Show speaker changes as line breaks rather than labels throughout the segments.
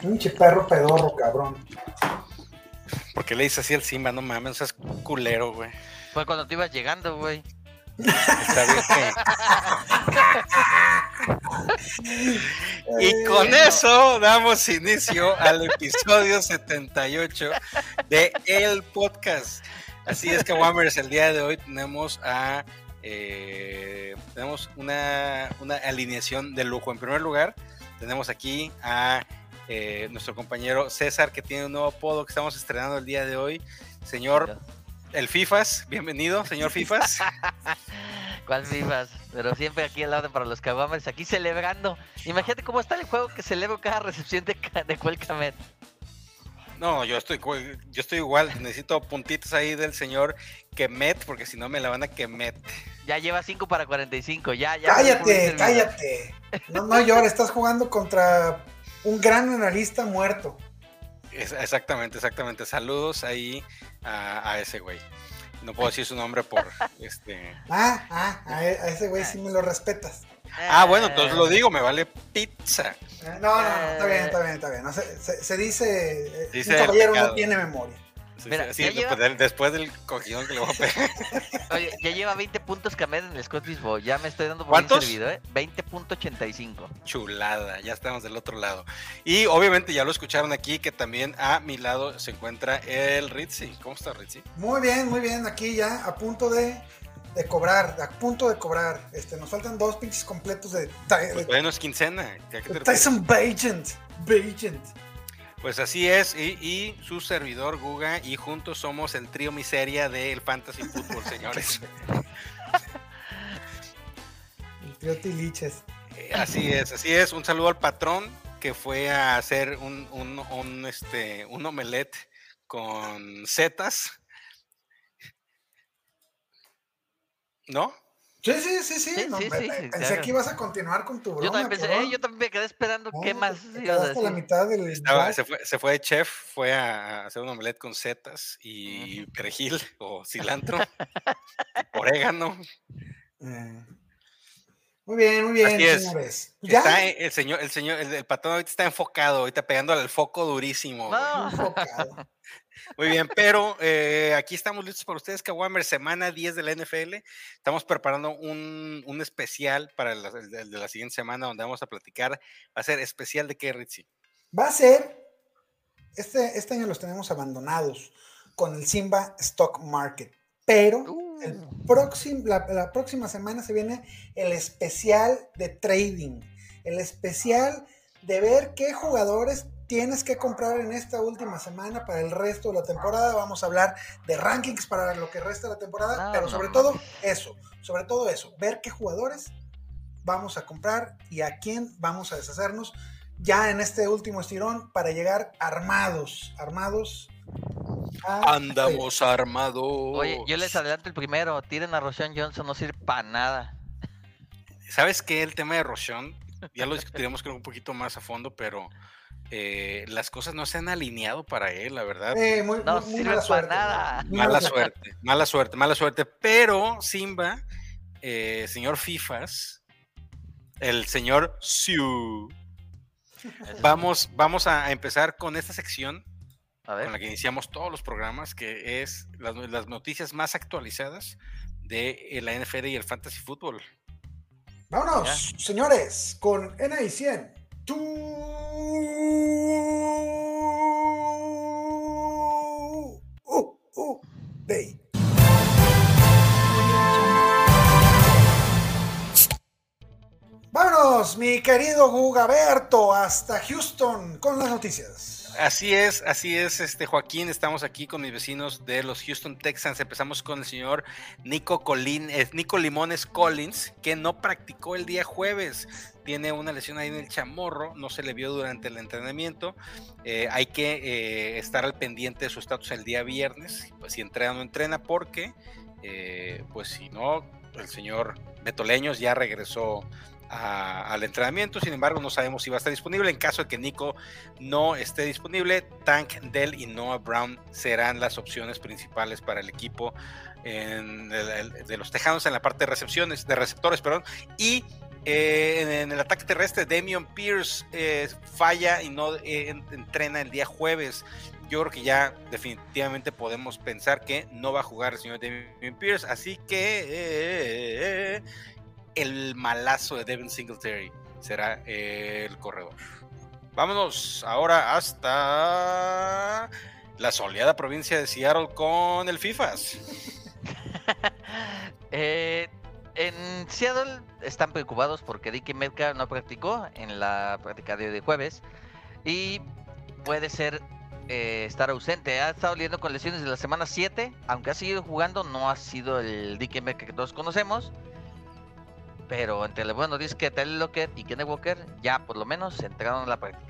Pinche perro pedorro, cabrón.
¿Por qué le dices así al Simba? No mames, seas culero, güey.
Fue cuando te ibas llegando, güey.
Está bien que- y con eso damos inicio al episodio 78 de El Podcast. Así es que, Wammers, el día de hoy tenemos a. eh, tenemos una, una alineación de lujo. En primer lugar, tenemos aquí a eh, nuestro compañero César, que tiene un nuevo apodo que estamos estrenando el día de hoy. Señor el FIFAS, bienvenido, señor FIFAS.
¿Cuál vivas? Pero siempre aquí al lado para los caguamers, aquí celebrando. Imagínate cómo está el juego que celebro cada recepción de, ca- de Cuelcamet.
No, yo estoy, cu- yo estoy igual. Necesito puntitos ahí del señor Kemet, porque si no me la van a Kemet.
Ya lleva 5 para 45, ya, ya.
cállate, cállate. No, no llores, estás jugando contra un gran analista muerto.
Es- exactamente, exactamente. Saludos ahí a, a ese güey. No puedo decir su nombre por este.
Ah, ah, a, e- a ese güey sí me lo respetas.
Ah, bueno, entonces lo digo, me vale pizza.
Eh, No, no, no, está bien, está bien, está bien. No, se, se- se dice, eh,
Dice
un
el
caballero no
pecado.
tiene memoria.
Sí,
Mira,
sí,
ya
después,
lleva-
del, después del cogidón que le voy a pegar.
Oye, ya lleva 20 puntos Camet en el Scott Bisball. Ya me estoy dando por
¿Cuántos?
bien servido, ¿eh? 20.85.
Chulada, ya estamos del otro lado. Y obviamente ya lo escucharon aquí, que también a mi lado se encuentra el Ritzy. ¿Cómo está Ritzy?
Muy bien, muy bien. Aquí ya a punto de, de cobrar, a punto de cobrar. Este, nos faltan dos pinches completos de, Ty- de-
Pues todavía no es quincena. ¿a qué te
de
refieres?
Tyson Bagent. Bagent.
Pues así es, y, y su servidor Guga, y juntos somos el trío miseria del Fantasy Football, señores.
El trío Tiliches.
Eh, Así es, así es. Un saludo al patrón que fue a hacer un, un, un, este, un omelette con setas. ¿No?
Sí, sí, sí, sí.
Sí,
no,
sí,
me-
sí,
me-
sí,
pensé
claro.
que ibas a continuar con tu broma.
Yo también pensé,
cabrón.
eh, yo también me quedé esperando
No,
qué
te-
más
te
ibas a
quedaste a la
decir.
mitad del.
Estaba-
bar.
Ah, se, fue, se fue de chef, fue a hacer un omelette con setas y perejil o cilantro, orégano.
Eh. Muy bien, muy bien,
Así es.
señores. Pues
Está
Ya.
eh, el señor, el señor, el, el patrón ahorita está enfocado, ahorita pegándole al foco durísimo. güey.
No.
enfocado.
Muy bien, pero eh, aquí estamos listos para ustedes, Kawamer, semana 10 de la NFL. Estamos preparando un, un especial para la- el, el de la siguiente semana donde vamos a platicar. Va a ser especial de qué, Ritzy.
Va a ser. Este, este año los tenemos abandonados con el Simba Stock Market. Pero
Uh.
el próximo, la, la próxima semana se viene el especial de trading. El especial de ver qué jugadores tienes que comprar en esta última semana para el resto de la temporada. Vamos a hablar de rankings para lo que resta de la temporada,
No,
pero
no
sobre
mames.
todo eso, sobre todo eso, ver qué jugadores vamos a comprar y a quién vamos a deshacernos ya en este último estirón para llegar armados, armados. a-
Andamos armados.
Oye, yo les adelanto el primero. Tiren a Roshan Johnson, no sirve para nada.
¿Sabes qué? El tema de Roshon, ya lo discutiremos creo un poquito más a fondo, pero eh, las cosas no se han alineado para él, la verdad.
Eh, muy-
No
muy- muy
sirve
mala
para
suerte.
nada.
Muy
Ah, Mala suerte, mala suerte, mala suerte. Pero Simba, eh, señor Fifas, el señor Siu, vamos, vamos a empezar con esta sección
A ver.
con la que iniciamos todos los programas, que es las, no- las noticias más actualizadas de eh, la NFL y el fantasy fútbol.
Vámonos, señores, con NI 100. Tú. Uh, uh, day. Vámonos, mi querido Gugaberto, hasta Houston con las noticias.
Así es, así es, este Joaquín, estamos aquí con mis vecinos de los Houston Texans. Empezamos con el señor Nico Colin, eh, Nico Limones Collins, que no practicó el día jueves. Tiene una lesión ahí en el chamorro, no se le vio durante el entrenamiento. Eh, hay que eh, estar al pendiente de su estatus el día viernes, pues, si entrena o no entrena, porque eh, pues si no, el señor Betoleños ya regresó a- al entrenamiento. Sin embargo, no sabemos si va a estar disponible. En caso de que Nico no esté disponible, Tank Dell y Noah Brown serán las opciones principales para el equipo en el- el- de los Tejanos en la parte de recepciones, de receptores, perdón, y Eh, en, en, el ataque terrestre, Damian Pierce eh, falla y no eh, entrena el día jueves. Yo creo que ya definitivamente podemos pensar que no va a jugar el señor Damian Pierce. Así eh, que eh, el malazo de Devin Singletary será el corredor. Vámonos ahora hasta la soleada provincia de Seattle con el FIFAS.
eh, en Seattle están preocupados porque Ricky Metcalf no practicó en la práctica de hoy de jueves y puede ser eh, estar ausente. Ha estado lidiando con lesiones de la semana 7, aunque ha seguido jugando, no ha sido el Ricky Metcalf que todos conocemos. Pero entre los buenos dice que Tyler Lockett y Kenny Walker ya por lo menos entraron a la práctica.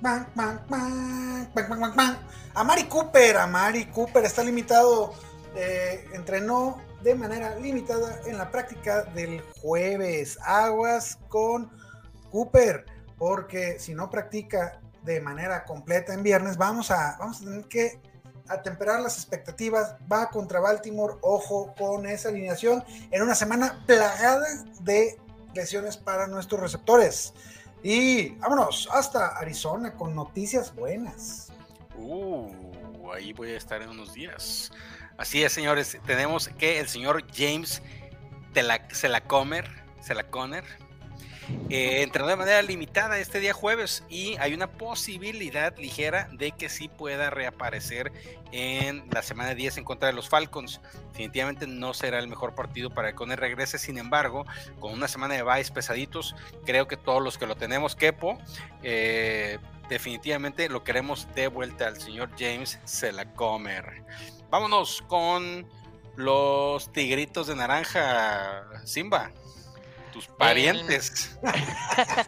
Bang, bang, bang, a Mari Cooper, a Mari Cooper está limitado. Eh, entrenó de manera limitada en la práctica del jueves. Aguas con Cooper, porque si no practica de manera completa en viernes, vamos a, vamos a tener que atemperar las expectativas. Va contra Baltimore, ojo con esa alineación en una semana plagada de lesiones para nuestros receptores. Y vámonos hasta Arizona con noticias buenas.
Uh, ahí voy a estar en unos días. Así es, señores, tenemos que el señor James Selacomer, Selaconer, eh, entrenó de manera limitada este día jueves y hay una posibilidad ligera de que sí pueda reaparecer en la semana 10 en contra de los Falcons. Definitivamente no será el mejor partido para que Conner regrese, sin embargo, con una semana de byes pesaditos, creo que todos los que lo tenemos, Kepo, eh, definitivamente lo queremos de vuelta al señor James Selacomer. Vámonos con los tigritos de naranja, Simba tus parientes.
El...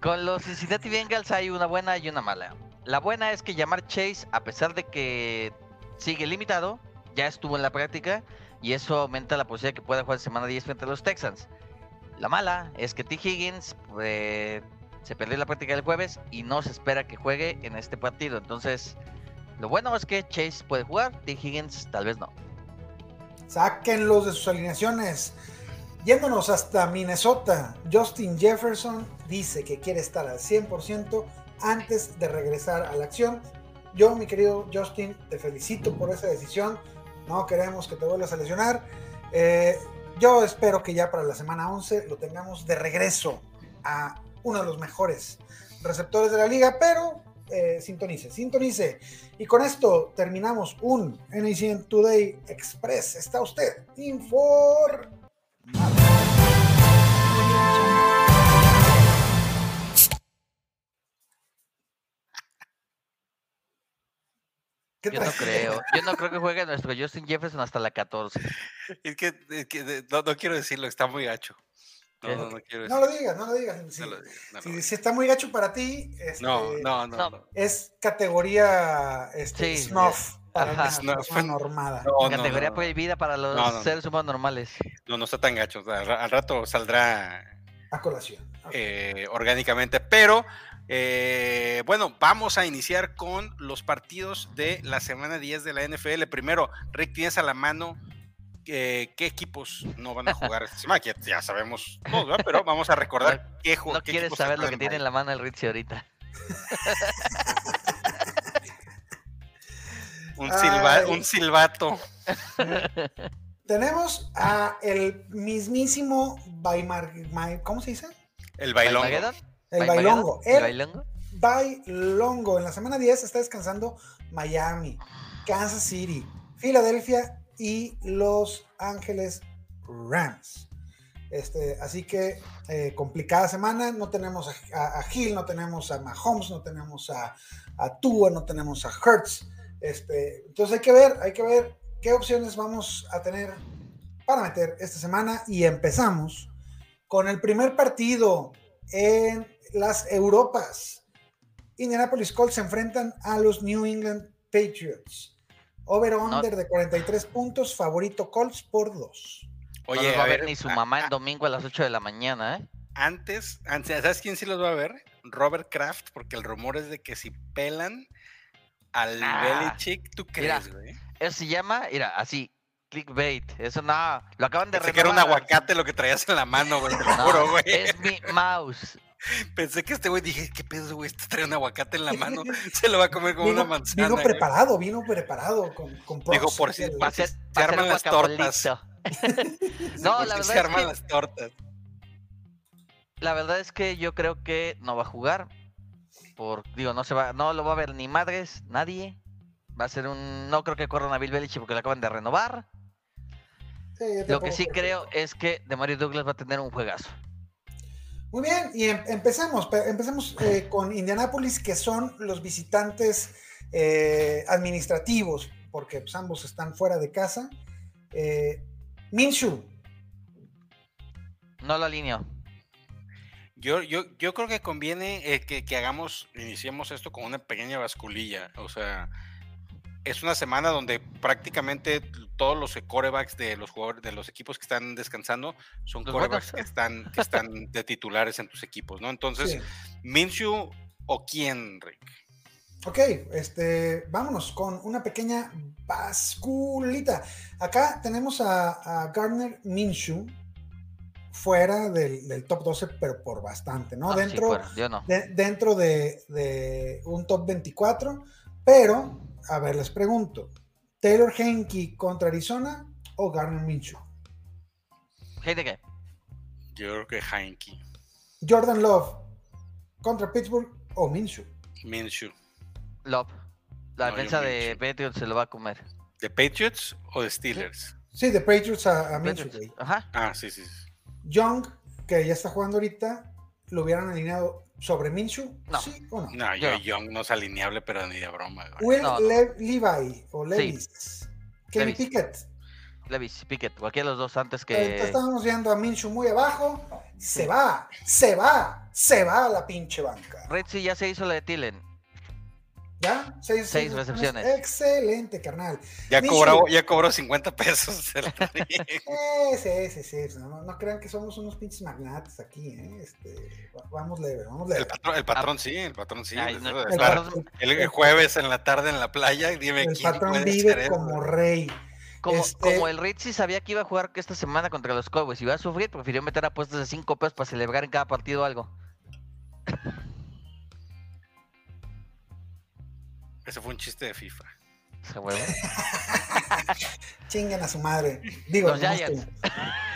Con los Cincinnati Bengals hay una buena y una mala. La buena es que llamar Chase, a pesar de que sigue limitado, ya estuvo en la práctica y eso aumenta la posibilidad que pueda jugar semana 10 frente a los Texans. La mala es que T. Higgins eh, se perdió la práctica del jueves y no se espera que juegue en este partido. Entonces, lo bueno es que Chase puede jugar, T. Higgins tal vez no.
Sáquenlos de sus alineaciones. Yéndonos hasta Minnesota, Justin Jefferson dice que quiere estar al 100% antes de regresar a la acción. Yo, mi querido Justin, te felicito por esa decisión. No queremos que te vuelvas a lesionar. Eh, yo espero que ya para la semana 11 lo tengamos de regreso a uno de los mejores receptores de la liga, pero eh, sintonice, sintonice. Y con esto terminamos un NACN Today Express. Está usted inform...
Yo no creo, yo no creo que juegue nuestro Justin Jefferson hasta la 14.
Es que, es que no, no, quiero decirlo, está muy gacho.
No, no, no, quiero no lo digas, no lo digas. Si, lo digo, lo si, si está muy gacho para ti, este,
no, no, no,
Es categoría este, sí, snuff. Es para Ajá,
no, normada. Oh, No, no, categoría prohibida para los seres humanos normales.
No, no está tan gacho. Al, al rato saldrá.
A colación.
Okay. Eh, orgánicamente. Pero, eh, bueno, vamos a iniciar con los partidos de la semana 10 de la NFL. Primero, Rick, tienes a la mano. Eh, qué equipos no van a jugar esta semana, ya, ya sabemos todos, pero vamos a recordar qué
juegos. No qué quieres saber lo que tiene en la mano el Ritzy ahorita.
Un, silba, un, silbato.
Tenemos a el mismísimo Baimar, ¿cómo se dice?
El bailongo.
El bailongo. El, ¿El bailongo? bailongo. En la semana 10 está descansando Miami, Kansas City, Filadelfia y Los Ángeles Rams. Este, así que eh, complicada semana, no tenemos a, a, a, Hill, no tenemos a Mahomes, no tenemos a, a Tua, no tenemos a Hertz. Este, entonces hay que ver, hay que ver qué opciones vamos a tener para meter esta semana y empezamos con el primer partido en las Europas. Indianapolis Colts se enfrentan a los New England Patriots. Over-under no. de 43 puntos, favorito Colts por 2.
Oye, no los va a ver, ni su
ah,
a, mamá a, el domingo a las 8 de la mañana, ¿eh?
Antes, antes, ¿sabes quién sí los va a ver? Robert Kraft, porque el rumor es de que si pelan al ah, Belichick, ¿tú crees, güey?
Eso se llama, mira, así, clickbait. Eso no, lo acaban de
Pensé que era un
renovar.
aguacate lo que traías en la mano, güey. Te lo
No,
juro, güey.
Es mi mouse.
Pensé que este güey dije, ¿qué pedo, güey? Este trae un aguacate en la mano, se lo va a comer como
Vino,
una manzana.
vino
güey.
preparado, vino preparado con, con
Digo,
props.
por si-
El-
Va a
Se- se
ser, va a ser
arman las tortas.
guacamolito.
Porque
no, la verdad,
se
es
arman
que,
las tortas.
la verdad es que yo creo que no va a jugar. Por, digo, no se va, no lo va a ver ni madres, nadie. Va a ser un. No creo que corran a Bill Belichick porque lo acaban de renovar.
Sí, yo
Lo que
tampoco
sí creo es que de Mario Douglas va a tener un juegazo.
Muy bien, y em- empezamos, pe- empezamos eh, con Indianápolis, que son los visitantes eh, administrativos, porque pues, ambos están fuera de casa. Eh, Minshu,
No lo alineo.
Yo, yo, yo creo que conviene eh, que, que hagamos, iniciemos esto con una pequeña basculilla. O sea, es una semana donde prácticamente todos los corebacks de los jugadores, de los equipos que están descansando, son
Los
corebacks
buenos.
que están, que están de titulares en tus equipos, ¿no? Entonces,
sí.
Minshew o quién, Rick?
Ok, este, vámonos con una pequeña basculita. Acá tenemos a, a Gardner Minshew fuera del, del top 12, pero por bastante, ¿no?
No, Ah, sí,
Dentro,
fuera, yo no.
de- dentro de, de un top 24. Pero, a ver, les pregunto: ¿Taylor Henke contra Arizona o Garner Minshew?
Gente que.
Yo creo que Heinke,
¿Jordan Love contra Pittsburgh o Minshew?
Minshew.
Love. La
No, yo
defensa de
Minshew.
Patriots se lo va a comer.
¿De Patriots o de Steelers?
Sí, de Patriots a, a Minshew.
Patriots,
güey.
Ajá.
Ah, sí, sí. sí.
Young, que ya está jugando ahorita, ¿lo hubieran alineado sobre Minshew?
No.
¿Sí o no?
No, yo
Yo no.
Young no es alineable, pero ni de broma. güey.
Will
No, no.
Le- Levi o Levis. Kenny
Levis.
Pickett.
Levis, Pickett, cualquiera de los dos antes
Ahorita
que.
Estábamos viendo a Minshew muy abajo. Se va, se va, se va a la pinche banca.
Redsi ya se hizo la de Tillen.
¿Ya? Seis,
Seis recepciones.
Excelente, carnal.
Ya
Minshew.
cobró, ya cobró 50 pesos. el otro día.
Sí, sí, sí, sí. No, no crean que somos unos pinches magnates aquí, ¿eh? Este, va- vamos leve, vamos leve.
El patrón, el patrón sí, el patrón sí.
Ah, Ay,
eso
no,
de
El
estar
patrón-
el, el jueves en la tarde en la playa, dime
El
quién
patrón
puede hacer
vive
eso.
como rey.
Como,
Este-
como el Ritzy sabía que iba a jugar esta semana contra los Cowboys y iba a sufrir, prefirió meter apuestas de 5 pesos para celebrar en cada partido algo.
Ese fue un chiste de FIFA.
Se huevo.
Chingan a su madre. Digo,
Los
no, este,
Giants.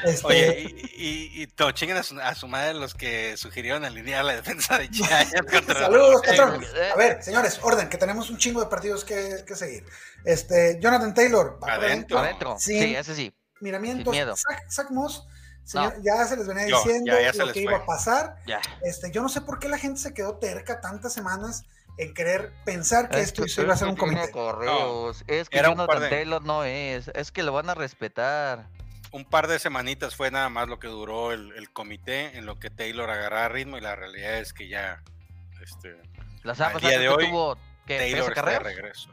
este,
Oye, y, y, y no, chinguen a su, a su madre los que sugirieron alinear la defensa de Giants contra
Saludos,
Sí,
patrón.
eh.
A ver, señores, orden, que tenemos un chingo de partidos que, que seguir. Este, Jonathan Taylor, va por
Adentro.
Adentro.
Sí.
Sí. ese sí.
miramientos.
Sin miedo.
Zach, Zach Moss, señor, ya se les venía
Yo,
diciendo
ya- ya se
lo
les
que
fue.
iba a pasar.
Ya.
Este, yo no sé por qué la gente se quedó terca tantas semanas en querer pensar que esto se
Ah, es
iba a hacer
que
un
tiene
comité.
correos. Es que
era un par
Jonathan
de-
Taylor no es. Es que lo van a respetar.
un par de semanitas fue nada más lo que duró el, el comité en lo que Taylor agarraba ritmo y la realidad es que ya este,
La
Al
semana
día
pasada
de
creo que
hoy,
tuvo ¿qué,
Taylor está
13
de
carreras.
regreso.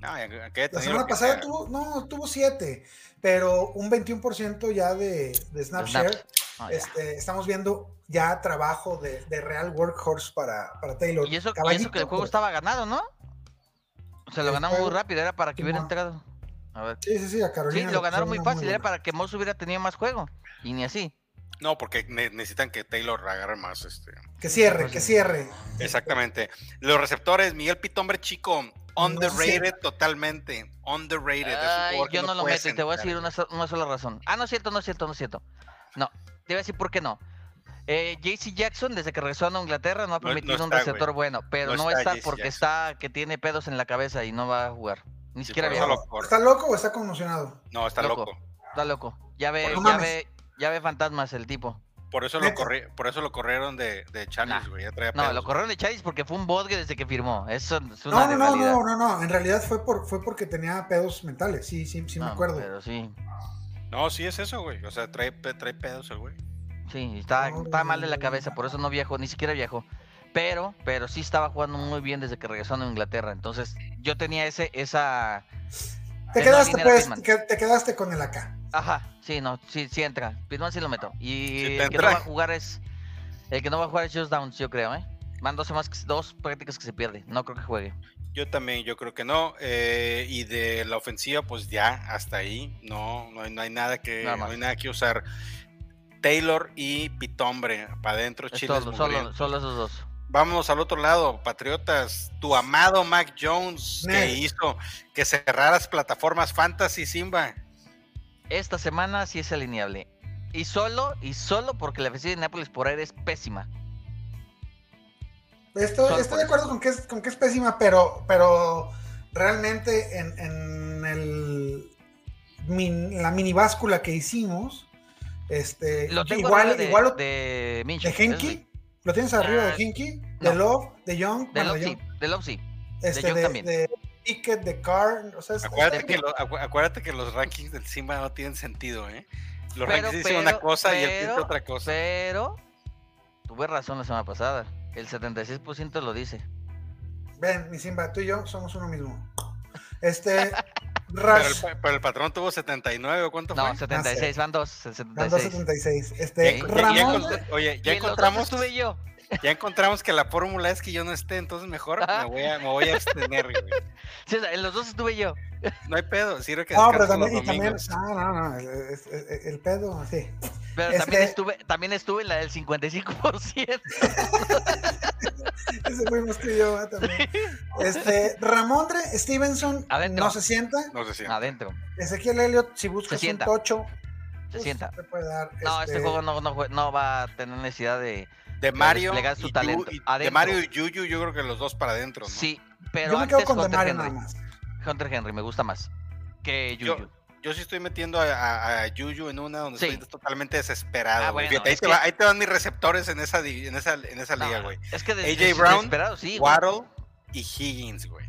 No, ya- ya que haya
La
tenido
semana
lo que
pasada
sea.
tuvo, no, tuvo siete, pero un 21% ya de, de
Los
Snapshare.
snaps. Ah, ya.
Este, estamos viendo ya trabajo de, de real workhorse para, para Taylor.
Y eso, y eso
Caballito,
que el juego
pero-
estaba ganado, ¿no? Se lo
El
ganaron muy
juego-
rápido, era para que hubiera
Simón.
entrado. A ver.
Sí, sí, sí, a
Sí,
Carolina. le
lo
pusieron
ganaron muy
una
fácil, ¿eh? era
buena.
para que Moss hubiera tenido más juego. Y ni así.
No, porque ne- necesitan que Taylor agarre más. Este.
Que cierre, que
Fácil.
cierre.
Exactamente. Los receptores, Miguel Pitombre Chico, underrated totalmente. Underrated. es un
Ay,
jugador que
yo no, lo
puedes
meto y te voy a
sentar.
decir una, so- una sola razón. Ah, no es cierto, no es cierto, no es cierto. No, te voy a decir por qué no. Eh, JC Jackson, desde que regresó a Inglaterra, no ha
No- no
permitido un
está, güey.
receptor bueno, pero
No
no,
está
está,
JC
porque
Jackson.
está que tiene pedos en la cabeza y no va a jugar. Ni
Sí,
siquiera
por
había
eso lo corre.
¿Está loco o está conmocionado?
No, está loco.
Loco. Está loco. Ya ve,
Por
eso-
ya
No
ve, ya ve fantasmas el tipo.
Por eso lo
Neta.
corri- por eso lo corrieron de, de Charles,
Nah.
güey. Ya traía
No,
pedos.
lo corrieron de Chávez porque fue un bodgue desde que firmó. Eso es una
No, no, no,
realidad.
no, no, no. En realidad fue por fue porque tenía pedos mentales. Sí, sí, sí me acuerdo.
Pero sí,
No, sí es eso, güey. O sea, trae, pe- trae pedos el güey.
sí, está,
No,
está
no,
mal de la
no,
cabeza, por eso no viajó, ni siquiera viajó. Pero, pero sí estaba jugando muy bien desde que regresó a Inglaterra. Entonces, yo tenía ese, esa.
Te
que no
quedaste,
viniera
pues,
Pittman.
que- te quedaste con el acá.
Ajá, sí, no, sí, sí entra. Pitman sí lo meto. Y
Sí te
el que no
entra.
va a jugar es. El que no va a jugar es Just Downs, yo creo, ¿eh? Van dos, semanas que- dos prácticas que se pierde. No creo que juegue.
Yo también, yo creo que no. Eh, y de la ofensiva, pues ya, hasta ahí. No, no, hay, no hay nada que
Nada
no
más.
hay nada que usar. Taylor y Pitombre, para adentro,
Es
Chile.
todo, solo, solo esos dos.
Vámonos al otro lado, Patriotas. Tu amado Mac Jones, que
Nel.
hizo que cerraras plataformas Fantasy Simba.
Esta semana sí es alineable. Y solo, y solo porque la ofensiva de Nápoles por aire es pésima.
Estoy,
Solo
estoy
por
de
eso.
acuerdo con que es, con que es pésima, pero, pero realmente en, en el, min- la minibáscula que hicimos, este,
Lo tengo
igual,
arriba de,
igual lo- de,
de Minshew, eso
Henke,
sí.
¿lo tienes arriba
Ah,
de Henke? De
no.
Love, de Young,
De
bueno,
Lopsi,
Young,
de Lopsi.
este,
Young
de-
también.
de Pickett, de Carr, o sea, es- este,
Acuérdate
de
que,
pie.
lo- acu- acuérdate que los rankings del Simba no tienen sentido, ¿eh? Los
Pero,
rankings dicen
pero,
una cosa y él dice
pero,
otra cosa.
Pero tuve razón la semana pasada. El 76% lo dice.
ven, mi Simba, tú y yo somos uno mismo. Este,
Pero el,
Ras,
pa- pero el patrón tuvo 79, ¿o ¿cuánto
No,
fue?
76, van dos. el
dando
76.
76.
Ya-
Este,
ya- ya
Ramón,
encont- oye, ya
Y el otro
encontramos,
estuve yo.
ya encontramos que la fórmula es que yo no esté, entonces mejor
Ah.
me voy a, me voy a abstener, güey.
Sí, o sea, en los dos estuve yo.
No hay pedo, sirve que
No, pero
descansen los
también, y también,
domingos.
no, no, no, es- es- es- el pedo, sí.
Pero
Este-
también estuve, también estuve en la del 55%.
Ese fuimos tú y yo ah, también. Este, Ramondre Stevenson
Adentro.
no se sienta.
No sé si.
Adentro.
Ezequiel Elliott, si buscas
Se
un
sienta.
tocho,
Se
pues,
sienta.
te puede dar.
No, este juego no, no jue- no va a tener necesidad de.
De Mario,
desplegar su
y Yu-
talento.
y- de
Adentro.
Mario y Yuyu, yo creo que los dos para adentro. ¿no?
Sí, pero
Yo me
antes
quedo con
Hunter
Demario
Henry.
nada más.
Hunter Henry me gusta más que
Yo-
Juju.
Yo sí estoy metiendo a, a- a Yuyu en una donde
Sí.
estoy totalmente desesperado.
Ah,
güey.
bueno,
Fíjate, ahí,
es
te
que-
va- ahí te van mis receptores en esa, di- en esa, en esa liga,
No,
güey.
Es que de,
AJ
de-
Brown,
desesperado, sí, güey.
Waddle y Higgins, güey.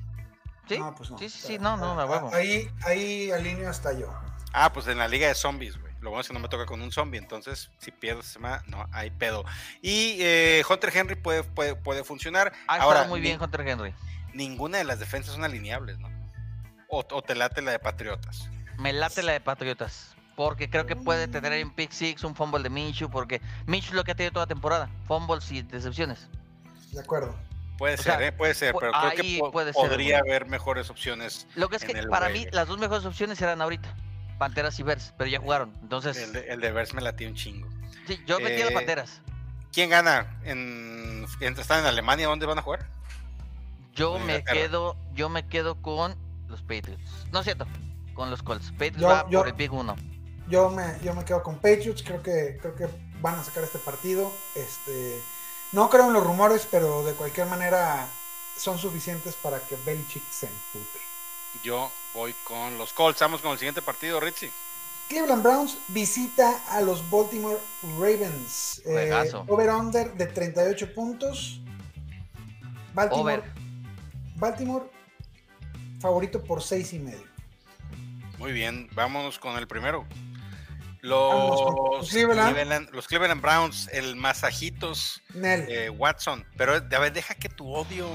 Sí,
No, pues no.
sí, sí, sí, no, no,
Ah,
no, huevo.
Ahí, ahí alineo hasta yo.
Ah, pues en la liga de zombies, güey. Lo bueno es que no me toca con un zombie, entonces si pierdo esta semana, no hay pedo. Y eh, Hunter Henry puede, puede, puede funcionar.
Ha
Ahora,
estado Ah, muy
ni-
bien Hunter Henry.
ninguna de las defensas son alineables, ¿no? O, o te late la de Patriotas.
Me late la de Patriotas. Porque creo que puede tener en pick six un fumble de Minshew. Porque Minshew es lo que ha tenido toda temporada. Fumbles y decepciones.
De acuerdo.
Puede
O
ser,
sea,
¿eh? Puede ser,
pu-
pero creo que
ahí
po-
puede ser,
podría
güey.
haber mejores opciones.
Lo que es
En
que
el
para
waiver.
mí las dos mejores opciones eran ahorita. Panteras y Bears. Pero ya jugaron. Entonces,
El de, el de Bears me latió un chingo.
sí, yo metí a las
eh,
Panteras.
¿Quién gana? En, en- ¿Están en Alemania? ¿Dónde van a jugar?
Yo
en
me
Inglaterra.
quedo, yo me quedo con los Patriots. No es cierto, con los Colts. Patriots
Yo-
va
yo-
por el pick 1.
Yo me, yo me quedo con Patriots, creo que, creo que van a sacar este partido. Este, no creo en los rumores, pero de cualquier manera son suficientes para que Belichick se empute.
Yo voy con los Colts. Vamos con el siguiente partido, Richie.
Cleveland Browns visita a los Baltimore Ravens. Eh,
Juegazo.
Over-under de 38 puntos. Baltimore,
Over.
Baltimore favorito por 6 y medio.
Muy bien, vámonos con el primero.
Vámonos con
Los
los Cleveland.
Cleveland, los Cleveland Browns, el masajitos
Nel.
eh, Watson. Pero a ver, deja que tu odio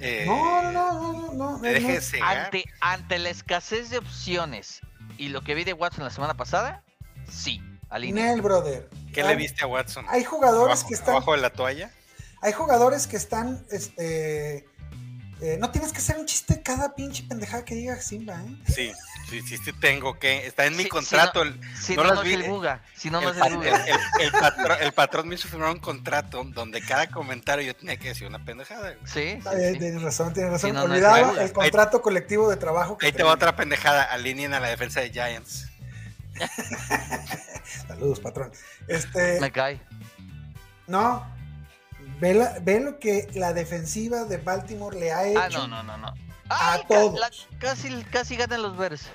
eh,
no, no, no, no, no, no.
te deje cegar.
Ante, ante la escasez de opciones y lo que vi de Watson la semana pasada, sí,
no.
alineo.
Nel, brother.
¿Qué
Hay-
le viste a Watson?
Hay jugadores
abajo,
que están.
abajo de la toalla.
Hay jugadores que están. Este. eh, no tienes que hacer un chiste cada pinche pendejada que diga Simba, ¿eh?
Sí, sí, sí, sí tengo que. Está en mi
Sí, sí,
contrato. el-
Si
no
no, no,
las
es
vi, eh.
el Buga. Si no, no
el,
es
pat-
el
el-
Buga.
el- el patrón, el patrón me hizo firmar un contrato donde cada comentario yo tenía que decir una pendejada. güey.
Sí, sí,
Está bien,
sí.
Eh, Tienes razón, tienes razón.
Sí, no, no,
Olvidaba
claro.
el contrato colectivo de trabajo que
Ahí te va
tenía.
otra pendejada. Alineen a la defensa de Giants.
Saludos, patrón. Este,
me cae.
no. Ve, la- ve lo que la defensiva de Baltimore le ha hecho
Ah, no, no, no, no.
a
Ay, ca-
todos.
la- casi, casi ganan los Bears.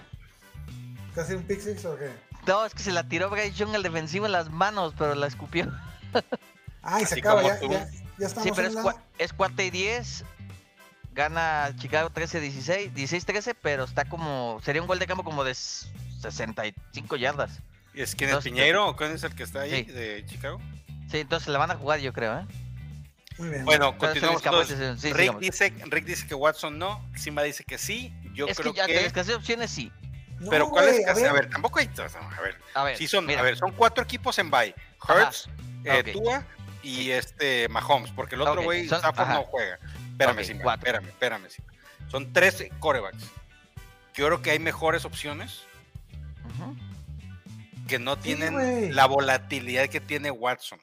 ¿Casi un pick six o qué?
No, es que se la tiró Bryce Young al defensivo en las manos, pero la escupió.
Ay,
Así
se acaba,
como
ya,
tú.
ya, ya estamos
Sí, pero
en la-
es, cua- es 4 y 10. Gana Chicago 13-16, 16-13, pero está como. Sería un gol de campo como de s- 65 yardas.
¿Y ¿Es quién es
No, sí,
Piñero o quién es el que está ahí
Sí.
de Chicago?
Sí, entonces la van a jugar, yo creo, ¿eh?
Muy bien.
Bueno,
Pero es el
continuamos.
escamote,
entonces.
sí, sí,
Rick,
sigamos.
dice, Rick dice que Watson no, Simba dice que sí. Yo
es que
creo
ya
que.
te escasez de opciones, sí.
No,
Pero ¿cuál es?
güey,
que- A ver, tampoco hay. A ver,
A ver,
sí son,
mira,
a ver, son cuatro equipos en bye.
Ajá.
Hurts, eh,
Ok.
Tua y este Mahomes, porque el otro
Ok,
güey
son-
Stafford
ajá.
no juega. Espérame,
Ok,
Simba,
cuatro.
espérame, espérame, Simba. Son tres corebacks. Yo creo que hay mejores opciones
Ujú.
que no tienen
güey.
la volatilidad que tiene Watson.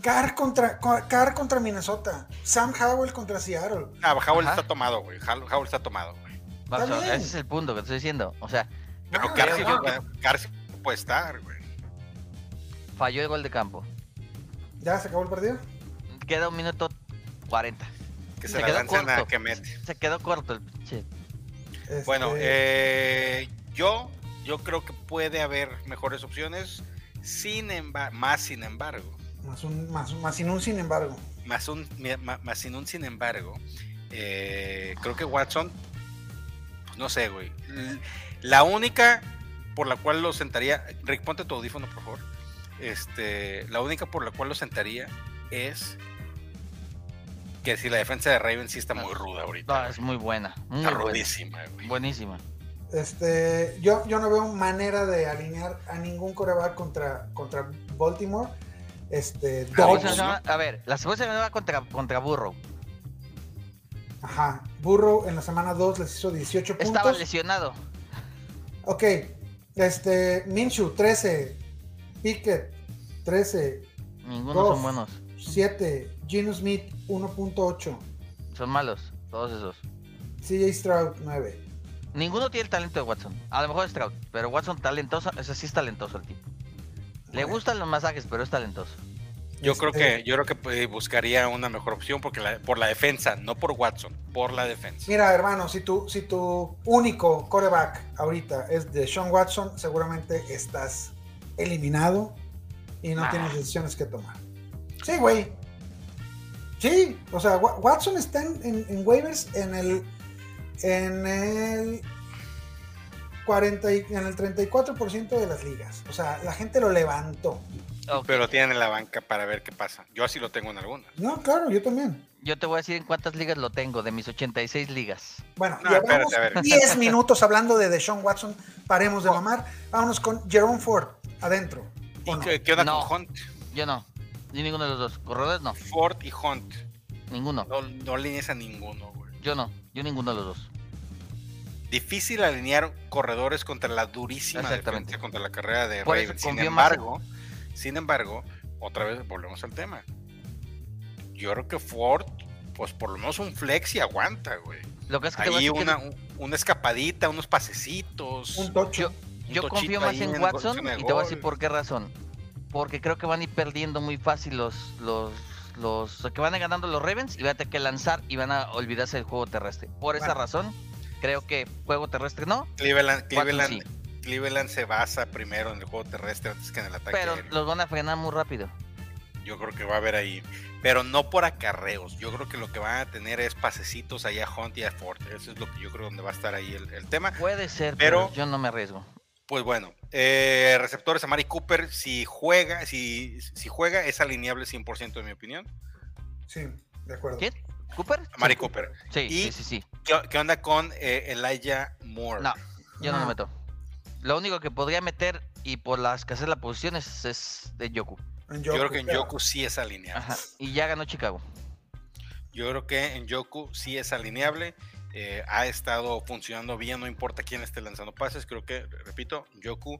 Carr contra, Carr contra Minnesota. Sam Howell contra Seattle.
Ah, Howell
Ajá.
está tomado, güey. How- Howell está tomado, güey.
Vamos a-
bien.
ese es el punto que te estoy diciendo. O sea,
Pero
Ah,
Carr
ya,
sí
ya.
puede- Carr sí puede estar, güey.
falló el gol de campo.
¿Ya se acabó el partido?
Queda un minuto 40.
Que
Se
se la
quedó
lanzan a
corto.
que mete.
Se quedó corto el pinche.
Bueno,
Este,
eh, yo, yo creo que puede haber mejores opciones. Sin emba- más sin embargo,
Más, un, más, un- más sin un sin embargo.
más, un, mi- ma- más sin un sin embargo, eh, creo que Watson, pues no sé, güey. L- La única por la cual lo sentaría, Rick, ponte tu audífono, por favor. Este, la única por la cual lo sentaría es que si la defensa de Ravens sí está muy ruda
No,
ahorita.
Ah. es muy buena. Muy
está
buena.
rudísima, güey.
Buenísima.
Este, yo, yo no veo manera de alinear a ningún coreback contra, contra Baltimore. Este,
Ah, Todos,
La
Dodge,
próxima
¿no?
semana- A ver, la segunda semana va contra, contra Burrow.
ajá. Burrow en la semana 2 les hizo 18 puntos.
Estaba lesionado.
Ok. Este, Minshew, 13. Pickett, 13.
Ninguno
Dos.
son buenos.
7. Gino Smith, 1.8.
Son malos. Todos esos.
CJ Stroud, 9.
Ninguno tiene el talento de Watson. A lo mejor Stroud, pero Watson talentoso, o sea, sí es talentoso el tipo. Le
Ok.
gustan los masajes, pero es talentoso.
Yo creo
Este-
que yo creo que pues, buscaría una mejor opción porque la- por la defensa, no por Watson, por la defensa.
Mira, hermano, si tu, si tu único coreback ahorita es de Sean Watson, seguramente estás eliminado y no
Ah.
tienes decisiones que tomar. Sí, güey. Sí, o sea, Wa- Watson está en, en- en waivers en el en el 40 y- en el 34% de las ligas. O sea, la gente lo levantó.
Ok,
Pero tienen en la banca para ver qué pasa. Yo así lo tengo en alguna.
No, claro, yo también.
Yo te voy a decir en cuántas ligas lo tengo, de mis 86 ligas.
Bueno,
No,
llevamos
espérate, a ver.
10 minutos hablando de Deshaun Watson. Paremos
Oh.
de mamar. Vámonos con Jerome Ford adentro. ¿o
¿Y
no?
qué, qué onda
No.
con Hunt?
Yo no. Ni ninguno de los dos. Corredores no.
Ford y Hunt.
Ninguno.
No, no alinees a ninguno, güey.
Yo no. Yo ninguno de los dos.
Difícil alinear corredores contra la durísima
Exactamente.
defensa contra la carrera de
Por eso
Ravens. Sin
confío más en-
embargo, sin embargo, otra vez volvemos al tema. Yo creo que Ford, pues por lo menos un flex y aguanta, güey.
Lo que es que te voy a
Ahí
decir que
una, un- una escapadita, unos pasecitos.
Un tocho.
un
yo
tochito
confío más
ahí
en
el
Watson
zona de
y te voy a decir
gol.
por qué razón. Porque creo que van a ir perdiendo muy fácil los los los que van a ir ganando los Ravens y van a tener que lanzar y van a olvidarse del juego terrestre. Por esa
Bueno.
razón, creo que juego terrestre no,
Cleveland, Cleveland,
sí.
Cleveland se basa primero en el juego terrestre antes que en el ataque.
pero
aéreo.
los van a frenar muy rápido.
Yo creo que va a haber ahí, pero no por acarreos. Yo creo que lo que van a tener es pasecitos ahí a Hunt y a Ford. Eso es lo que yo creo donde va a estar ahí el, el tema.
Puede ser,
Pero-
pero, yo no me arriesgo.
Pues bueno, eh, receptores a Mari Cooper, si juega, si, si juega, es alineable 100% en mi opinión.
Sí, de acuerdo.
¿Quién? ¿Cooper?
A Mari
Sí,
Cooper.
Sí,
Y-
sí, sí, sí.
¿Qué, qué onda con eh, Elijah Moore?
No, yo no
No.
lo meto. Lo único que podría meter y por la escasez de la posición es, es de Yoku.
En
Yo
Yoku,
creo que en
claro.
Yoku sí es alineable.
Ajá. Y ya ganó Chicago.
Yo creo que en Yoku sí es alineable. eh, ha estado funcionando bien, no importa quién esté lanzando pases. Creo que, repito, Yoku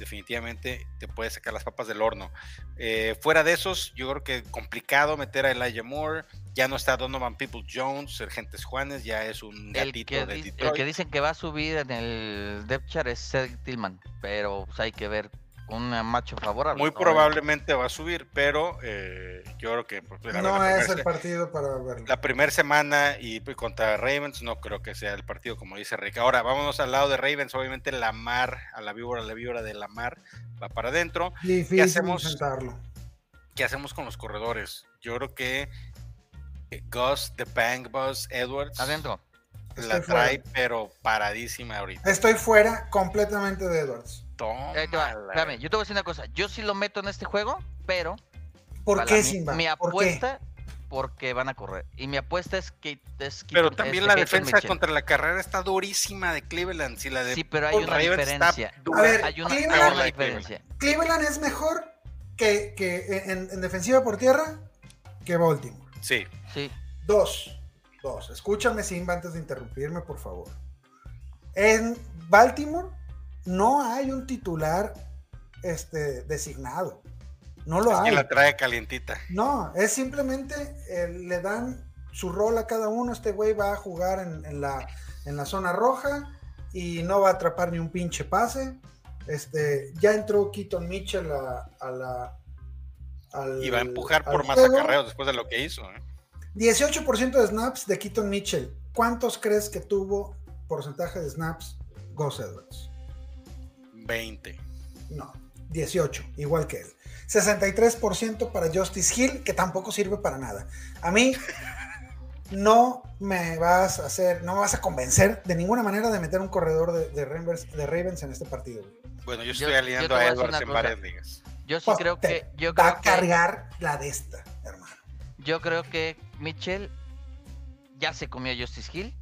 definitivamente te puede sacar las papas del horno. Eh, fuera de esos, yo creo que complicado meter a Elijah Moore. Ya no está Donovan People Jones, el Gentes Juanes, ya es un
El
gatito
que,
de
di- el
Detroit.
que dicen que va a subir en el depth chart es Cedric Tillman, pero pues, hay que ver con un macho favorable.
Muy
¿no?
probablemente va a subir, pero eh, yo creo que pues, la,
No
la
es
primera
el
se-
partido para verlo.
la primera semana y pues, contra Ravens no creo que sea el partido como dice Rick. Ahora vámonos al lado de Ravens, obviamente la mar, a la víbora, la víbora de la mar va para adentro.
Difícil
¿qué hacemos?
enfrentarlo.
¿Qué hacemos con los corredores? Yo creo que eh, Gus, The Bang Bus, Edwards
Adentro.
la
Estoy
trae
fuera.
pero paradísima ahorita.
Estoy fuera completamente de Edwards.
Ahí te va,
Tómala.
espérame, yo te voy a decir una cosa. Yo sí lo meto en este juego, pero.
¿Por
para
qué,
mi-
Simba?
Mi
¿Por qué?
apuesta, porque van a correr. Y mi apuesta es que. Es que
Pero también la defensa
contra
contra la carrera está durísima de Cleveland. Si la de
Sí, pero hay una
Ravens está
diferencia.
dura,
A ver,
hay una,
Cleveland-
hay
Peor la
una
de Cleveland.
diferencia.
Cleveland es mejor que, que en, en defensiva por tierra que Baltimore.
sí.
Sí.
Dos. Dos, escúchame Simba antes de interrumpirme, por favor. En Baltimore no hay un titular este, designado. No lo
es
hay.
que la trae calientita.
No, es simplemente eh, le dan su rol a cada uno. Este güey va a jugar en, en la, en la zona roja y no va a atrapar ni un pinche pase. Este, ya entró Keaton Mitchell a, a la. al-
Y va a empujar
al
por más
juego.
acarreos después de lo que hizo. ¿eh?
18% de snaps de Keaton Mitchell. ¿Cuántos crees que tuvo porcentaje de snaps Gus Edwards?
20.
No, 18, igual que él. 63% para Justice Hill, que tampoco sirve para nada. A mí no me vas a hacer, no me vas a convencer de ninguna manera de meter un corredor de, de Ravens, de Ravens en este partido.
Bueno, yo estoy
Yo- yo te
aliando
voy a
a
decir
Edwards
una
en
cosa.
varias ligas.
Yo sí
Pues,
creo
te
que. Yo
Va
creo
a
que,
cargar la de esta, hermano.
yo creo que Mitchell ya se comió a Justice Hill.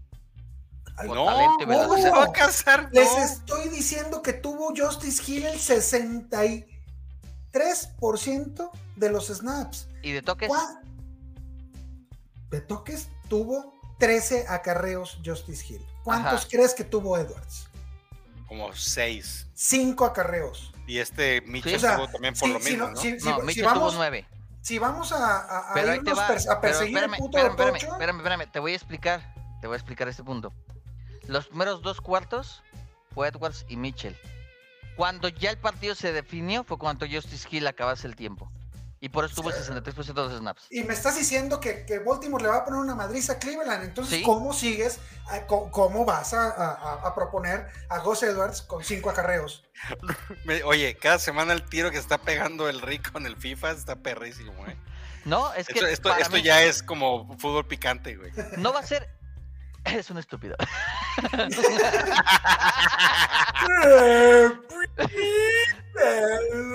Por
No,
talento y
¿cómo se
velocidad.
va a cansar?
Les
No.
estoy diciendo que tuvo Justice Hill el 63% de los snaps.
Y de toques.
¿Cuá- De toques tuvo 13 acarreos Justice Hill. ¿Cuántos
Ajá.
crees que tuvo Edwards?
Como 6.
5 acarreos.
Y este Mitchell
O sea,
estuvo también por
Sí,
lo
sí,
mismo,
no,
¿no?
sí, sí,
No,
si
Mitchell tuvo
vamos,
nueve.
si vamos a, a- a
Pero ahí te
irnos
va.
per- a
pero
perseguir
espérame,
el puto
espérame,
de
espérame,
Tocho,
espérame, espérame, te voy a explicar. Te voy a explicar este punto. Los primeros dos cuartos fue Edwards y Mitchell. Cuando ya el partido se definió fue cuando Justice Hill acabase el tiempo. Y por eso tuvo el 63% de los snaps.
y me estás diciendo que, que Baltimore le va a poner una madriz a Cleveland. Entonces,
Sí.
¿cómo sigues? a- co- ¿Cómo vas a, a- a- a proponer a Gus Edwards con 5 acarreos?
Me- Oye, cada semana el tiro que está pegando el rico en el FIFA está perrísimo, ¿eh?
No, es que
esto esto-
para
esto
mí
ya es como fútbol picante, güey.
no va a ser... Es un estúpido.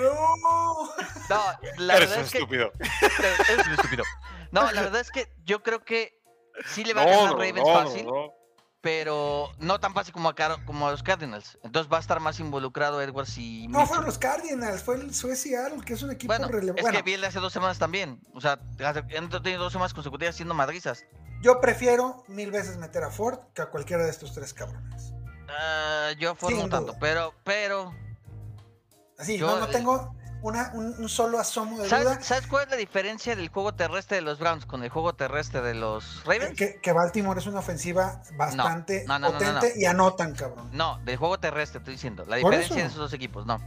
No, la
Eres
verdad
un
es que...
estúpido.
Este,
Eres un estúpido. No, la verdad es que yo creo que sí le va a
No,
ganar
no,
Ravens
no,
fácil.
no.
pero no tan fácil como a, Car- como a los Cardinals. Entonces va a estar más involucrado Edwards y
No
Mitchell.
fueron los Cardinals, fue el Suez Seattle, que es un equipo
Bueno, es
relevante.
que Biel hace dos semanas también. O sea, hace- han tenido dos semanas consecutivas siendo madrizas.
Yo prefiero mil veces meter a Ford que a cualquiera de estos tres cabrones.
Ah, yo formo
Sin
un tanto,
duda.
pero, pero.
Así,
Yo-
no, no tengo una, un, un solo asomo de duda
¿sabes, sabes cuál es la diferencia del juego terrestre de los Browns con el juego terrestre de los Ravens?
que, que Baltimore es una ofensiva bastante
no, no, no, no,
potente y anotan, cabrón.
No, del juego terrestre, estoy diciendo. La
Por
diferencia de
eso.
esos dos equipos, no.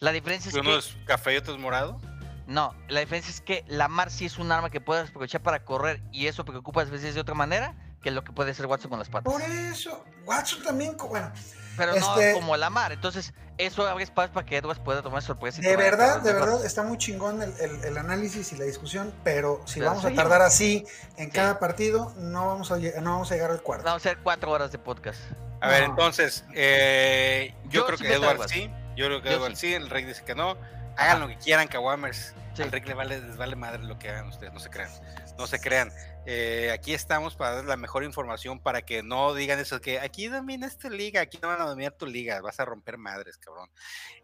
La diferencia es
Uno
que.
es café y otro es morado.
No, la diferencia es que la Mar sí es un arma que puedes aprovechar para correr y eso preocupa a veces de otra manera que lo que puede hacer Watson con las patas.
Por eso, Watson también, co- bueno,
Pero
Este-
no como la mar. Entonces, eso abre espacio para que Edwards pueda tomar sorpresa. y
de
tomar
verdad,
decisiones
de
mejores.
verdad, está muy chingón el, el- el análisis y la discusión, pero si
Pero
vamos a
seguimos.
tardar así en
Sí.
cada partido, no vamos a, lle- no vamos a llegar al cuarto.
Vamos a hacer cuatro horas de podcast.
A ver,
No.
entonces, eh, yo,
Yo
creo
sí
que
meto a
Edward
Edwards.
sí. Yo creo que
Yo
Edward sí. El Rick dice que no. Hagan
Ajá.
lo que quieran, Kawamers.
Sí.
Al Rick le vale, les vale madre lo que hagan ustedes. No se crean. No se crean. Eh, aquí estamos para dar la mejor información para que no digan eso que aquí domina esta liga, aquí no van a dominar tu liga, vas a romper madres, cabrón.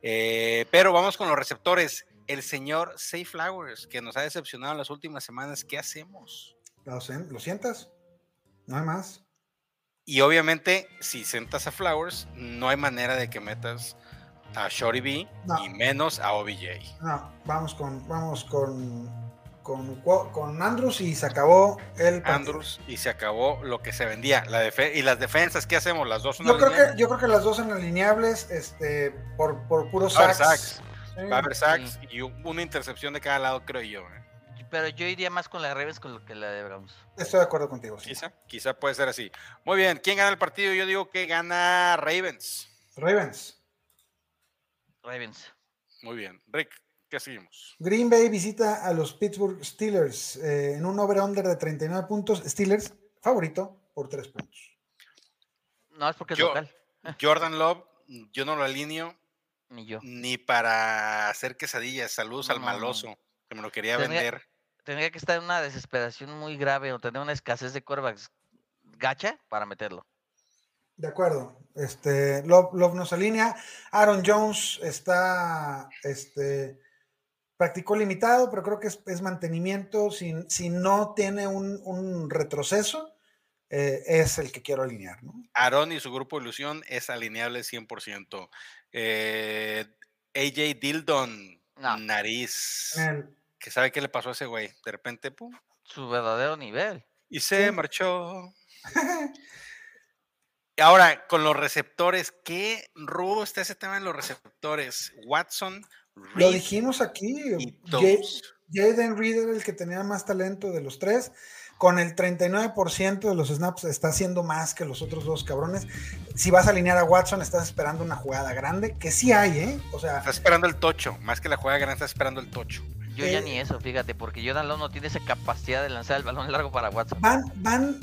Eh, pero vamos con los receptores. El señor Safe Flowers, que nos ha decepcionado en las últimas semanas, ¿qué hacemos?
Lo, sen- lo sientas, no hay más.
Y obviamente, si sentas a Flowers, no hay manera de que metas a Shorty B
No.
y menos a OBJ.
No, vamos con, vamos con, con, Cuo- con Andrews y se acabó el partido.
Andrews y se acabó lo que se vendía. La defe- y las defensas, ¿qué hacemos? Las dos son
Yo creo,
alineadas?
que, yo creo que las dos son alineables este, por, por puros
Va a haber
sacks.
sacks.
Sí.
Va a haber sacks
Mm.
y un- una intercepción de cada lado, creo yo. ¿eh?
Pero yo iría más con la Ravens con lo que la de Browns.
Estoy de acuerdo contigo. sí.
Quizá, quizá puede ser así. Muy bien, ¿quién gana el partido? Yo digo que gana Ravens.
Ravens.
Ravens.
Muy bien. Rick, ¿qué seguimos?
Green Bay visita a los Pittsburgh Steelers eh, en un over-under de 39 puntos. Steelers, favorito, por 3 puntos.
No, es porque es
Yo-
local.
Jordan Love, yo no lo alineo
Ni yo.
ni para hacer quesadillas. Saludos al
No.
maloso que me lo quería
Tendría-
vender.
Tendría que estar en una desesperación muy grave o tener una escasez de corebacks gacha para meterlo.
De acuerdo. Este, Love, Love nos alinea. Aaron Jones está. Este, practicó limitado, pero creo que es, es mantenimiento. Si, si no tiene un, un retroceso, eh, es el que quiero alinear. ¿no?
Aaron y su grupo de ilusión es alineable 100%. Eh, AJ Dildon,
No.
nariz.
Man,
Que sabe qué le pasó a ese güey. De repente, pum.
Su verdadero nivel.
Y se
Sí.
marchó. Ahora, con los receptores, qué rudo está ese tema de los receptores. Watson,
Lo
Reed
dijimos aquí.
y
Ja-
Dobbs.
Jaden Reed era el que tenía más talento de los tres. Con el 39% de los snaps está haciendo más que los otros dos cabrones. Si vas a alinear a Watson, estás esperando una jugada grande, que sí hay, ¿eh? O sea,
Está esperando el tocho. Más que la jugada grande, está esperando el tocho.
Yo ya
Eh.
ni eso, fíjate, porque Jordan Love no tiene esa capacidad de lanzar el balón largo para Watson.
van, van,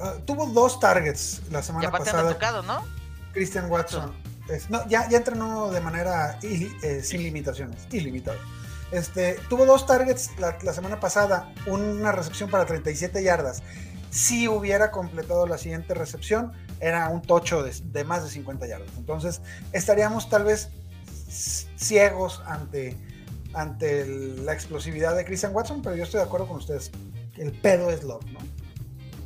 ah, tuvo dos targets la
Y
semana
aparte anda
pasada,
tocado, ¿no?
Christian Watson. Es- no, ya, ya entrenó de manera ili- eh, sin limitaciones, ilimitada. Este, tuvo dos targets la, la semana pasada, una recepción para 37 yardas. Si hubiera completado la siguiente recepción, era un tocho de, de más de 50 yardas. Entonces, estaríamos tal vez ciegos ante, ante el- la explosividad de Christian Watson, pero yo estoy de acuerdo con ustedes. El pedo es Love, ¿no?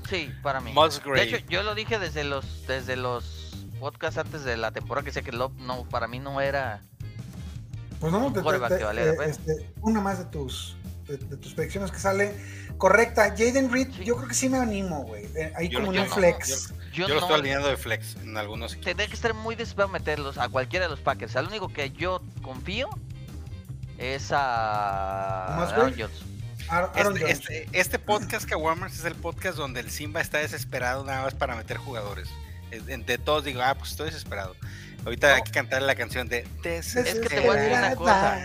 Sí, para mí. De
Musgrave.
hecho, yo lo dije desde los desde los podcasts antes de la temporada que sé que Love no para mí no era
Pues no,
Un
te- te-
quarterback
te-
que valga la
eh,
pena.
este, una más de tus, de, de tus predicciones que sale correcta. Jaden Reed,
Sí.
yo creo que sí me animo, güey. Eh, ahí
Yo
como
lo-
en un
yo no,
flex.
yo,
Yo lo
no
estoy alineando de flex en algunos equipos.
tendría que estar muy desesperado meterlos a cualquiera de los Packers. Al único que yo confío es a
¿Musgrave?
Aaron Jones.
Ar-
Ah,
Aaron
Este,
Jones.
este, este podcast que Warmers es el podcast donde el Simba está desesperado nada más para meter jugadores. Es- Entre todos digo, ah, pues estoy desesperado. Ahorita hay que cantar la canción de
que te voy a decir una
Desesperada.
cosa.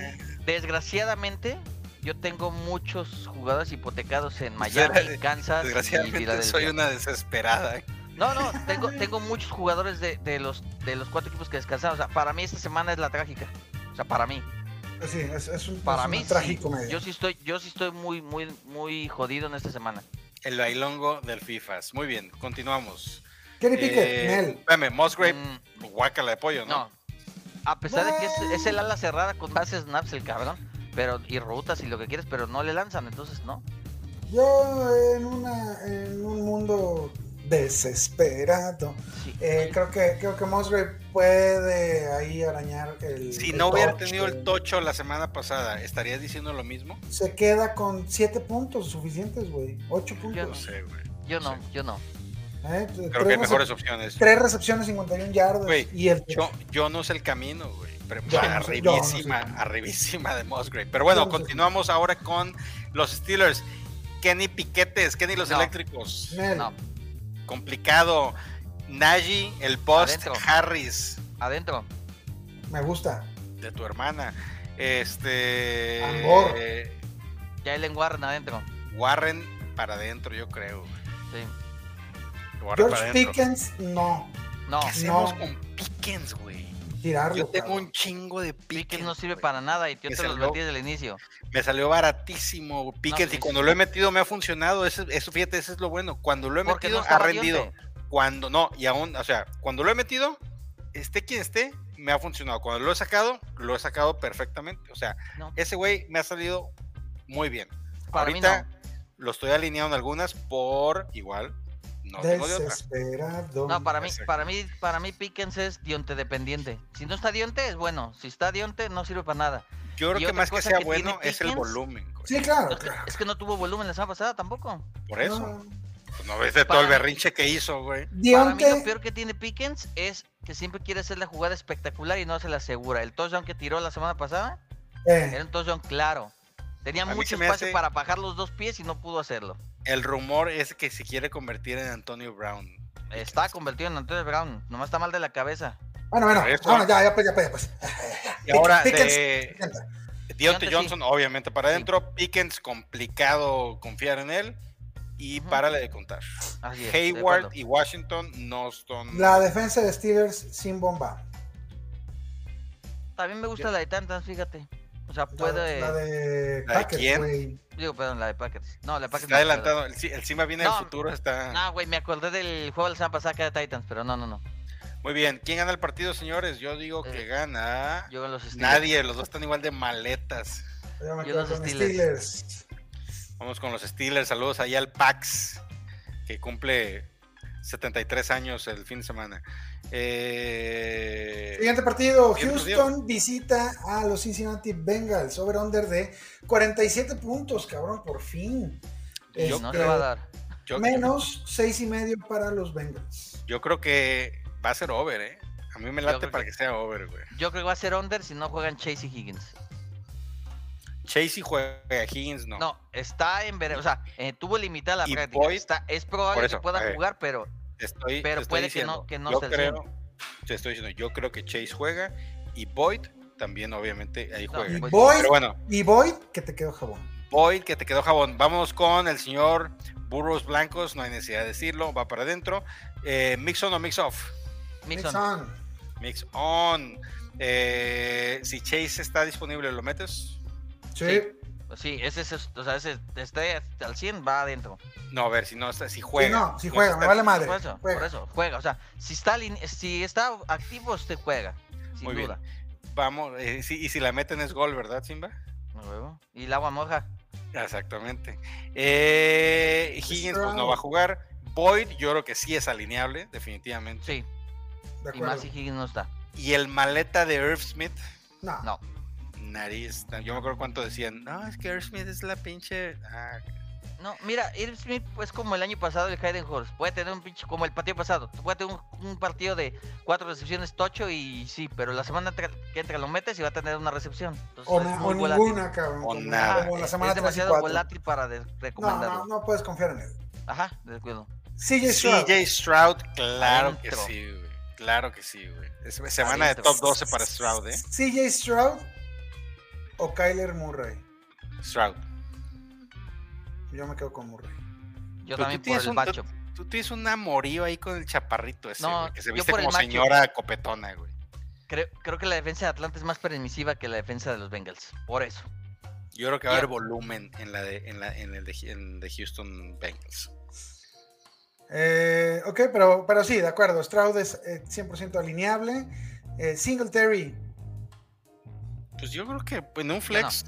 Desgraciadamente, yo tengo muchos jugadores hipotecados en Miami, Kansas y
Desgraciadamente soy
Filadelfia.
una desesperada.
No, no, tengo, tengo muchos jugadores de, de los de los cuatro equipos que descansaron. O sea, para mí esta semana es la trágica. O sea, para mí.
Ah, Sí, es, es un,
Para
es
mí.
un
sí.
trágico medio.
Yo sí estoy, yo sí estoy muy, muy, muy jodido en esta semana.
El bailongo del FIFAs. Muy bien, continuamos.
Kenny Pickett,
Eh,
Mel.
Espérame, Musgrave,
Mm,
guácala de pollo, ¿no?
no. A pesar de que es, es el ala cerrada con más snaps el cabrón. Pero, y rutas y lo que quieres, pero no le lanzan, entonces no.
Yo en, una, en un mundo desesperado,
Sí.
eh, creo que creo que Musgrave puede ahí arañar el.
Si
el
no hubiera
touch.
tenido el tocho la semana pasada, ¿estarías diciendo lo mismo?
Se queda con 7 puntos suficientes, güey. 8
Yo
No
puntos.
sé, güey.
Yo no,
Sí.
yo no.
¿eh?
Creo que hay
Tres
mejores opciones.
Tres recepciones, 51 yardas.
Güey,
y el
Yo, yo no sé el camino, güey. Pero
Yo no sé, yo no sé el
arribísima,
camino.
arribísima de Musgrave. Pero bueno,
Yo no sé.
continuamos ahora con los Steelers. Kenny Piquetes, Kenny los
No.
Eléctricos.
Mel,
No,
Complicado. Najee, el Post
Adentro.
Harris
adentro.
me gusta.
de tu hermana. Este.
Amor.
eh,
Jalen Warren adentro.
Warren para adentro, yo creo. güey.
Sí.
Warren para
George
adentro.
Pickens, no.
No,
¿Qué hacemos
No.
con Pickens, güey?
Tirarlo.
Yo tengo
cabrón.
un chingo de
Pickens
Pickens.
no sirve
güey.
para nada y yo
Que
te los
salió-
vendí desde el inicio.
Me salió baratísimo Pickens
sí,
y cuando
sí.
lo he metido me ha funcionado. Eso, eso, fíjate, eso es lo bueno. Cuando lo he
Porque
metido
no
ha
estaba
rendido.
Dionte.
Cuando no, y aún, o sea, cuando lo he metido, esté quien esté, me ha funcionado. Cuando lo he sacado, lo he sacado perfectamente. O sea,
No.
ese güey me ha salido muy bien.
Para mí
Ahorita lo estoy alineando en algunas por igual. No tengo de otra.
Desesperado.
No, para mí,
Exacto.
para mí, para mí Pickens es Dionte dependiente. Si no está Dionte es bueno, si está Dionte no sirve para nada.
Yo
Y
creo que
otra
más que
cosa
sea
que tiene
bueno es el
Pickens-
volumen. güey.
Sí, claro, claro.
Es que no tuvo volumen la semana pasada tampoco.
Por eso.
No.
Pues no ves de
Para
todo el
mí-
berrinche que hizo, güey.
Para mí lo
Dionte,
peor que tiene Pickens es que siempre quiere hacer la jugada espectacular y no se la asegura. El touchdown que tiró la semana pasada
eh,
era un touchdown claro. Tenía
A mí
mucho
se me
espacio
hace-
para bajar los dos pies y no pudo hacerlo.
El rumor es que se quiere convertir en Antonio Brown.
Está convertido en Antonio Brown, nomás está mal de la cabeza.
bueno, bueno,
Por eso-
bueno, ya, ya, pues, ya, pues, ya, pues.
Y ahora
Pickens,
de
Pickens.
Deontay
Deontay sí.
Johnson, obviamente para
Sí.
adentro. Pickens, complicado confiar en él. Y
Ujú.
párale de contar.
Así es, de
Hayward
acuerdo.
y Washington no son.
La defensa de Steelers sin bomba.
También me gusta la de Tantans, fíjate. O sea,
La,
puede.
la de
¿La de
Packers,
quién?
güey.
Digo, perdón, la de Packers. No, la de
se
Packers.
está
no,
adelantado. El, ci- el Cima viene del
No.
futuro.
perdón.
Está
No, güey, me acordé del juego de la semana pasada que era Titans, pero no, no, no.
muy bien. ¿Quién gana el partido, señores? Yo digo
Eh,
que gana.
Yo en los Steelers.
Nadie. Los dos están igual de maletas.
Yo me
Yo
quedo
los
con
Steelers.
Steelers.
Vamos con los Steelers. Saludos allá al Pax que cumple 73 años el fin de semana. Eh,
Siguiente partido,
Siguiente
Houston visita a los Cincinnati Bengals, over-under de 47 puntos, cabrón, por fin.
Yo
no
Este,
le va a dar.
yo,
menos seis y medio para los Bengals.
yo creo que va a ser over, ¿eh? A mí me
Yo
late
creo
para
que-
que sea over, güey.
Yo creo que va a ser under si no juegan Chase y Higgins.
Chase y juega, Higgins no.
No, está en ver, o sea, eh, tuvo limitada la
Y
práctica.
Boyd-
está, es probable
por eso,
que pueda
eh.
jugar, pero
Te estoy,
Pero
te estoy
puede que
diciendo,
no- que no
yo
se
creo, te estoy diciendo, yo creo que Chase juega y Boyd también obviamente ahí
No, pues,
juega.
Y
Boyd-
Boyd,
Pero bueno,
y Boyd, que te quedó jabón.
Boyd que te quedó jabón. Vamos con el señor Burros Blancos, no hay necesidad de decirlo, va para adentro. Eh, mix on o mix off.
Mixon,
Mixon.
Mix on. Eh, si Chase está disponible, ¿lo metes?
Sí.
Sí. pues sí, ese es, o sea, ese esté al 100 va adentro.
No, a ver, si no está, si
Sí,
juega.
no, si
No
juega,
está-
me vale madre.
Por eso, por
Juega.
eso, juega, o sea, si está lin- si está activo usted juega, sin
Muy bien.
duda.
Vamos, eh, sí, y si la meten es gol, ¿verdad, Simba?
A huevo. Y el agua moja.
Exactamente. Eh, Higgins pues, no va a jugar. Boyd, yo creo que sí es alineable, definitivamente.
Sí,
De
y más
acuerdo.
si Higgins no está.
Y el maleta de Irv Smith,
No.
No.
nariz. Yo me acuerdo cuánto decían. No, es que Irv Smith es la pinche. ah".
No, mira, Irv Smith es como el año pasado el Hayden Horse. Puede tener un pinche, como el partido pasado. Puede tener un, un partido de cuatro recepciones tocho y sí, pero la semana tra- que entra lo metes y va a tener una recepción. Entonces
O,
pues, es
na-
muy
o
volátil.
ninguna, cabrón.
O
como-
nada.
Como la
es-
semana
es
3 y
demasiado
4.
volátil para de-
No,
recomendarlo.
no, no puedes confiar en él.
Ajá, de acuerdo.
CJ Stroud.
CJ Stroud, claro que
Adentro.
sí, güey. Claro que sí, güey. Es semana
Adentro.
de top 12 para Stroud, ¿eh?
CJ Stroud o Kyler Murray.
Stroud.
Yo me quedo con Murray.
Pero
Yo
tú
también por
tienes
el
un-
macho.
Tú tienes un amorío ahí con el chaparrito ese,
No,
güey, que se
yo
viste
por el
como
macho.
señora copetona, güey.
Creo, creo que la defensa de Atlanta es más permisiva que la defensa de los Bengals. Por eso.
Yo creo que va a
Ya.
haber volumen en la de, en la, en el de, en de Houston Bengals.
Eh, ok, pero, pero sí, de acuerdo. Stroud es eh, 100% alineable. Eh, Singletary.
Pues yo creo que en un flex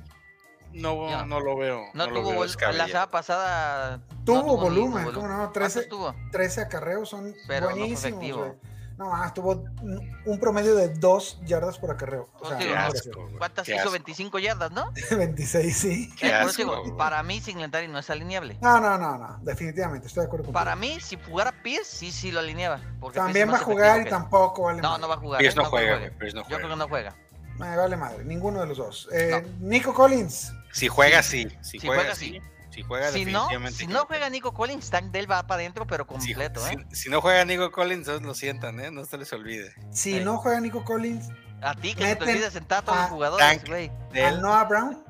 no,
Yo
no,
no.
lo veo.
No,
lo
tuvo
veo
vol- la
descabellado.
semana pasada. no
Tuvo
ni-
volumen,
tuvo
¿cómo
volu-
no?
¿Cuántos
13,
tuvo?
13 acarreos son
Pero no fue
buenísimos.
efectivo.
güey. No, más, tuvo un un promedio de 2 yardas por acarreo. O sea,
Oh, Qué
no me
Qué asco,
pareció.
güey,
¿Cuántas
qué
hizo?
asco.
25 yardas, ¿no?
26, sí.
Qué
Eh, por eso
asco,
digo,
güey.
para mí Singletary no es alineable.
No, no, no, no. Definitivamente, estoy de acuerdo con
Para mí, si jugara Pierce, sí, sí lo alineaba. Porque
También va a
Pierce es más
jugar y
efectivo
tampoco
que
vale
él. No,
madre.
no va a jugar.
Pierce
¿eh?
no
creo que
juega,
juegue.
güey. Pierce no
Yo creo que
juega.
no juega.
Me vale madre, ninguno de los dos. Eh, Nico Collins.
Si juega, sí. Si,
Si
juega,
juega,
sí. Si juega,
Si no,
definitivamente.
si
que-
no juega Nico Collins, Tank Dell va para adentro, pero
si-
completo,
si,
¿eh?
si no juega Nico Collins, entonces lo sientan, ¿eh? No se les olvide.
Si
Sí.
no juega Nico Collins,
A ti que se te
Meten
olvida sentar a todos los
a
jugadores,
Tank.
güey.
a
Dell,
Noah Brown,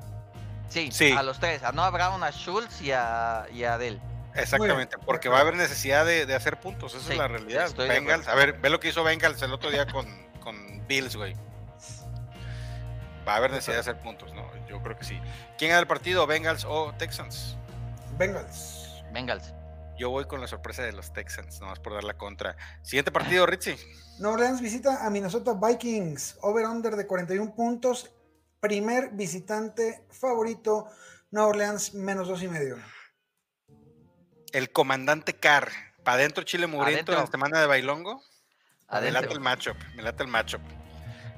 Sí,
Sí.
a los tres. A Noah Brown, a Schultz y a, y a Dell.
exactamente. Porque va a haber necesidad de, de hacer puntos. Esa
Ah, Sí,
es la realidad.
estoy de
Bengals, a ver, ve lo que hizo Bengals el otro día con, con Bills, güey. Va a haber necesidad de hacer puntos, ¿no? Yo creo que sí. ¿Quién gana el partido? ¿Bengals o Texans?
Bengals.
Bengals.
Yo voy con la sorpresa de los Texans, nomás por dar la contra. Siguiente partido, Richie.
Nueva Orleans visita a Minnesota Vikings, over-under de 41 puntos, primer visitante favorito, Nueva Orleans menos dos y medio.
El comandante Carr. Para adentro Chile Mugriento en la
Adentro.
semana de Bailongo. Me late el
Adentro.
matchup. Me late el matchup.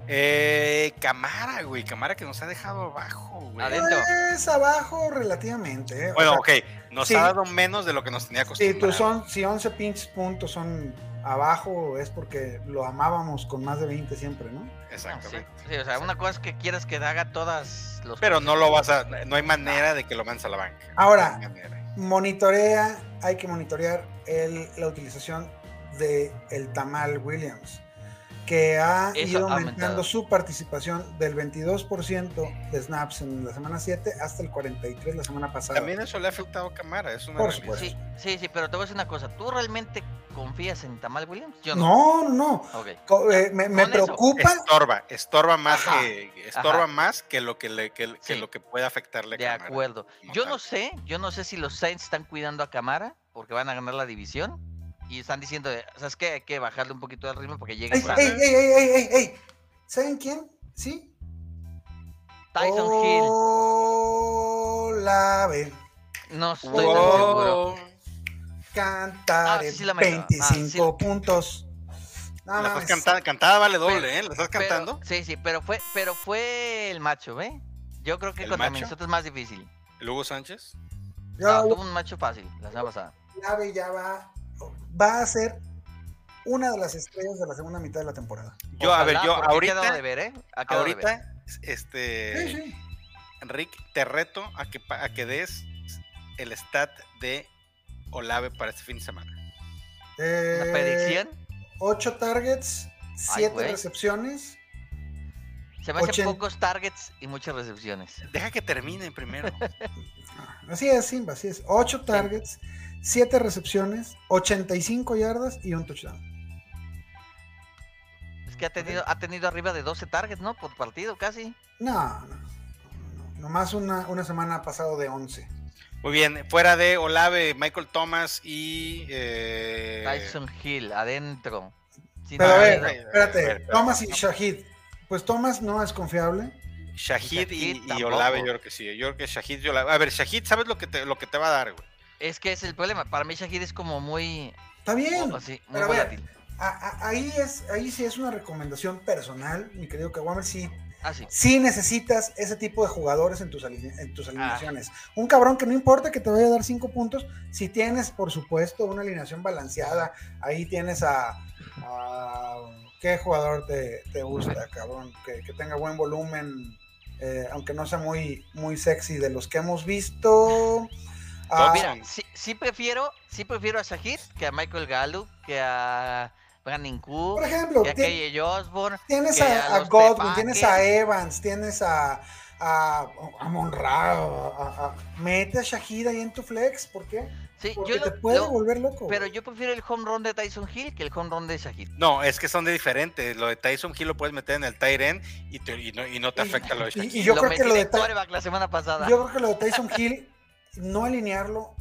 Eh, Camara, güey. Camara que nos ha dejado abajo, güey.
Adentro.
Es abajo relativamente. eh, o
Bueno,
sea,
ok. Nos
sí.
ha dado menos de lo que nos tenía
si, tú
acostumbrado.
son, si 11 pinches puntos son abajo, es porque lo amábamos con más de 20 siempre, ¿no?
No, sí,
Exactamente.
sí, o sea, una cosa es que quieras que haga todas los.
Pero no lo vas a. No hay manera de que lo mandes a la banca.
Ahora.
No hay manera.
monitorea, hay que monitorear el- la utilización de el Tamal Williams, que ha
Eso
ido
ha
aumentando
aumentado.
su participación del 22% de snaps en la semana 7 hasta el 43% la semana pasada.
También eso le ha afectado a Camara. Es una
Por
realidad.
supuesto.
Sí, sí, sí, pero te voy a decir una cosa. ¿Tú realmente confías en Tamal Williams? Yo no.
No, no, no.
Ok.
Co- eh, me me
Con eso.
preocupa.
Estorba, estorba más
Ajá,
que estorba
ajá.
más que lo que le, que, que
Sí.
lo que puede afectarle a
De
Camara.
acuerdo.
como
Yo
tal.
no sé, yo no sé si los Saints están cuidando a Camara porque van a ganar la división y están diciendo, eh, ¿sabes qué? Hay que bajarle un poquito el ritmo porque llega
Ey,
sano.
ey, ey, ey, ey, ey, ey. ¿Saben quién? Sí.
Tyson
oh, Olave.
Hill. No estoy tan seguro.
Wow.
Cantar
Ah, sí la meto. Ah,
25
sí.
puntos. No
La
mames.
estás cantando, cantada vale doble,
Pero-
¿eh? ¿La estás
Pero-
cantando?
sí, sí, pero fue, pero fue el macho, ¿eh? Yo creo que
¿El
contra
macho?
Minnesota es más difícil.
¿El Hugo Sánchez?
Yo
No, tuvo un macho fácil la semana pasada.
clave ya va, va a ser una de las estrellas de la segunda mitad de la temporada.
Yo, a ver,
Ojalá,
yo
porque ha quedado de
ahorita,
ver, ¿eh? Ha quedado de ver.
ahorita, este,
Sí, sí.
Rick, te reto a que, pa- a que des el stat de Olave para este fin de semana.
Eh,
Una predicción.
8 targets, 7
güey.
recepciones.
Se me hacen
ochen-
pocos targets y muchas recepciones.
Deja que termine primero.
Ah, Así es, Simba, así es. 8 targets, 7 recepciones, 85 yardas y un touchdown.
Es que ha tenido, ha tenido arriba de 12 targets, ¿no? Por partido casi.
No, no. no, no. Nomás una, una semana ha pasado de 11.
Muy bien, fuera de Olave, Michael Thomas y... eh,
Tyson Hill, adentro. Sin
Pero a ver,
miedo.
espérate,
a ver, espérate.
Thomas y Shahid. Pues Thomas no es confiable.
Shahid y,
Shahid
y Olave, yo
tampoco.
creo que sí. Yo creo que Shahid y Olave. A ver, Shahid, ¿sabes lo que te, lo que te va a dar, güey?
Es que es el problema. Para mí Shahid es como muy,
Está bien.
así, muy
pero a ver,
volátil.
A- a- ahí, es, ahí sí es una recomendación personal, mi querido Kawamer. Sí,
Ah, sí.
sí necesitas ese tipo de jugadores en tus, aline- en tus alineaciones. Un cabrón que no importa que te vaya a dar cinco puntos, si tienes, por supuesto, una alineación balanceada. Ahí tienes a. a- ¿Qué jugador te, te gusta, cabrón? Que, que tenga buen volumen, eh, aunque no sea muy, muy sexy de los que hemos visto. Ah,
Pues Mira, sí, sí prefiero, sí prefiero a Shahid que a Michael Gallup, que a Brandon Cook,
por ejemplo,
que a
ti-
KJ Osborne.
Tienes
que
a,
a
a
los
Godwin,
Tepaques.
tienes a Evans, tienes a, a, a Monra, a- a- mete a Shahid ahí en tu flex, ¿por qué?
Sí,
Porque
yo
te
lo-
puede
lo-
volver loco.
pero yo prefiero el home run de Tyson Hill que el home run de Shahid.
No, es que son de diferentes. Lo de Tyson Hill lo puedes meter en el tight end y, te- y no, y no te
Y-
afecta lo de
y-
Shahid.
y yo
lo
creo que
metí
lo
de
de Ty-
quarterback la semana pasada.
Yo creo que lo de Tyson Hill, no alinearlo,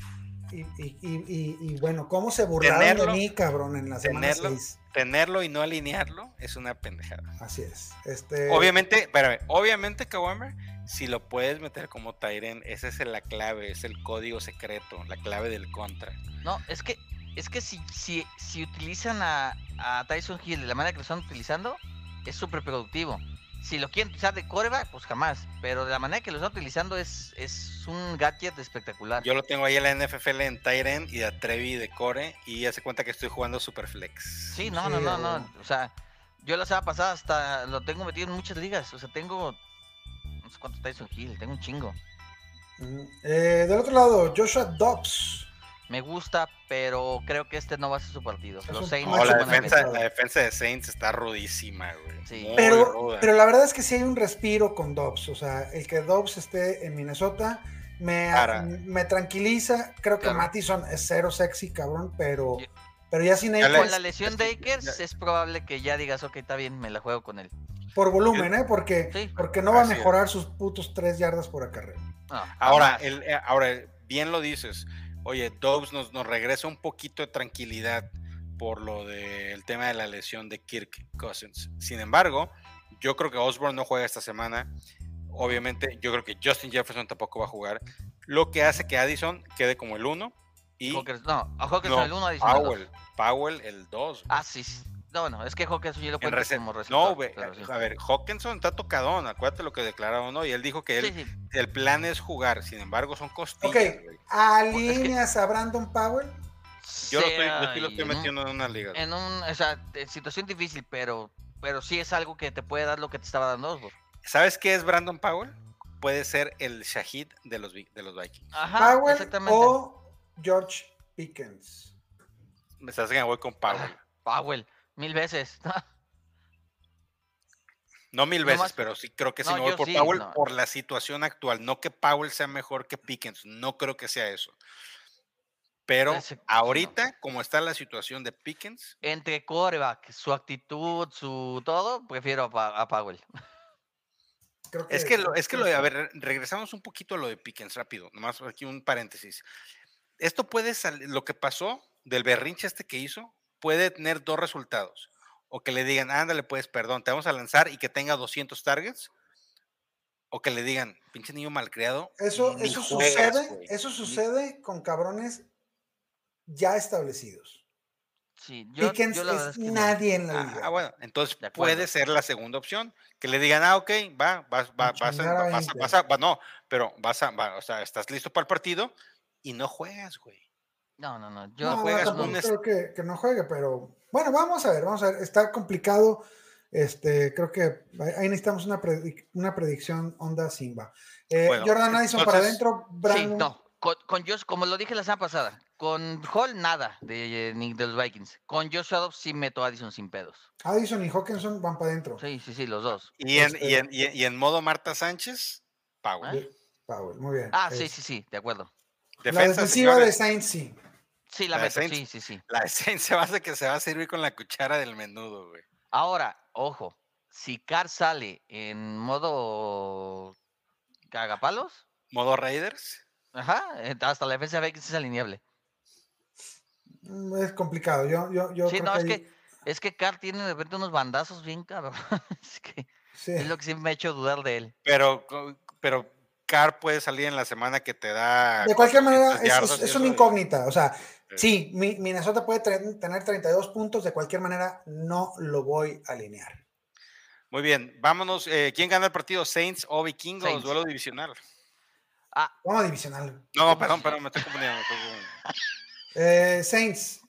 y, y- y- y- y bueno, cómo se burlaron
Tenerlo.
de mí, cabrón, en la semana
Tenerlo.
6.
Tenerlo y no alinearlo es una pendejada.
Así es. Este,
obviamente, espérame, obviamente, Kawamer, si lo puedes meter como tight end, esa es la clave, es el código secreto, la clave del contra.
No, es que, es que si, si, si utilizan a, a Tyson Hill de la manera que lo están utilizando, es súper productivo. Si lo quieren utilizar de quarterback, pues jamás. Pero de la manera que lo están utilizando es, es un gadget espectacular.
Yo lo tengo ahí en la NFL en tight end y de Trevi de core y hace cuenta que estoy jugando Superflex.
Sí, no,
Sí,
no,
a
no,
eh.
no.
huevo.
O sea, yo la semana pasada hasta lo tengo metido en muchas ligas. O sea, tengo no sé cuánto Tyson Hill, tengo un chingo.
mm, eh, del otro lado, Joshua Dobbs.
Me gusta, pero creo que este no va a ser su partido.
Es un
Los Saints
No,
Mucho
Oh, la
van a
buena
defensa,
defensa.
la defensa de Saints está rudísima, güey.
Sí.
Muy
Pero,
ruda.
pero la verdad es que sí hay un respiro con Dobbs. O sea, el que Dobbs esté en Minnesota me,
Para.
me tranquiliza. Creo que
Claro.
Mattison es cero sexy, cabrón, pero,
Yo-
pero ya sin
Ya
él
le-
Con
pues,
la lesión de Akers es probable que ya digas, ok, está bien, me la juego con él.
por volumen, ¿eh? Porque,
Sí.
porque no va a
Así es.
mejorar sus putos tres yardas por acarreo.
No,
Ahora,
jamás.
el- eh, ahora, bien lo dices. Oye, Dobbs nos, nos regresa un poquito de tranquilidad por lo del tema de la lesión de Kirk Cousins. Sin embargo, yo creo que Osborne no juega esta semana. Obviamente, yo creo que Justin Jefferson tampoco va a jugar. Lo que hace que Addison quede como el 1 y
Hawkins- no, a Hawkins
No, ah,
el 1 adicional.
Powell, Powell el 2.
Ah, sí. sí. No, bueno, es que Hawkins yo lo
En
cuento
rece-
como receptor.
no, güey,
pero sí.
a ver, Hawkinson está tocadón, acuérdate lo que declararon, ¿no? Y él dijo que él,
Sí, sí.
el plan es jugar, sin embargo, son costillas.
Ok.
güey.
¿Alineas a Brandon Powell?
Yo lo estoy, lo estoy- lo
Sí,
estoy
en un-
metiendo en una liga.
En un, o sea, en situación difícil, pero, pero sí es algo que te puede dar lo que te estaba dando pues. Osborne.
¿Sabes qué es Brandon Powell? Puede ser el Shahid de los, Vi- de los Vikings.
Ajá,
¿Powell
exactamente.
o George Pickens?
Me estás que me voy con Powell.
Powell, mil veces.
No mil
No
veces,
más-
pero sí creo que sí
No,
me voy
yo
por
sí,
Powell
no.
por la situación actual. No que Powell sea mejor que Pickens, no creo que sea eso. Pero
Ese- sí, no.
ahorita, como está la situación de Pickens,
Entre coreback, su actitud, su todo, prefiero a, Pa- a Powell.
Creo
Es que, lo, es que lo de, a ver, re- regresamos un poquito a lo de Pickens, rápido, nomás aquí un paréntesis. Esto puede salir, lo que pasó del berrinche este que hizo, puede tener dos resultados. O que le digan, ándale, pues, perdón, te vamos a lanzar y que tenga 200 targets. O que le digan, pinche niño malcriado.
Eso,
ni
eso
juegas,
sucede,
güey".
eso sucede con cabrones ya establecidos.
Sí, yo,
Pickens
yo la verdad
es
es que no.
nadie en la
Ah,
liga.
ah, bueno, entonces
De acuerdo.
puede ser la segunda opción. Que le digan, ah, ok, va, vas, va,
A
vas,
chingar a
a, vas, a-
20.
vas a- va, no, pero vas a, va, o sea, estás listo para el partido y no juegas, güey.
No, no, no. Yo
No, no,
juegas
tampoco
un es-
creo que, que no juegue, pero bueno, vamos a ver, vamos a ver. Está complicado. Este, creo que ahí- ahí necesitamos una, predic- una predicción onda Simba. Eh,
Bueno,
Jordan Addison para
entonces-
adentro,
Sí,
Brandon.
no. Con, con Josh, como lo dije la semana pasada, con Hall nada de, eh, ni de los Vikings. Con Josh Adams sí meto a Addison sin pedos.
Addison y Hawkinson van para adentro.
Sí, sí, sí, los dos.
Y en,
Este-
y en, y en- y en modo Marta Sánchez, Powell.
¿eh?
Yo- Powell, muy bien.
Ah, sí,
Es-
sí, sí, de acuerdo.
La
Defensa,
defensiva de
señores,
Saints, sí.
Sí, la
La de
meto,
Saints.
sí, sí, sí.
la esencia va a ser que se va a servir con la cuchara del menudo, güey.
Ahora, ojo, si Carr sale en modo cagapalos,
Modo Raiders.
ajá, eh, hasta la defensa de Vikings es alineable.
Mm, Es complicado. Yo, yo, yo
Sí,
creo
no,
que
es
ahí-
que, es que Carr tiene de repente unos bandazos bien cabrón. Es, que
sí.
es lo que siempre me ha hecho dudar de él.
Pero, co- pero Carr puede salir en la semana que te da.
De cualquier manera,
400
es,
yardas
es-
y
es
eso
una
de-
incógnita. O sea,
Sí.
sí, Mi- Minnesota puede tre- tener 32 puntos. De cualquier manera, no lo voy a alinear.
Muy bien, vámonos. eh, ¿Quién gana el partido? ¿Saints o Vikingos?
Saints.
Duelo divisional.
Ah,
Vamos a divisional.
No, no, perdón, perdón, me estoy confundiendo. me estoy confundiendo.
Eh, Saints.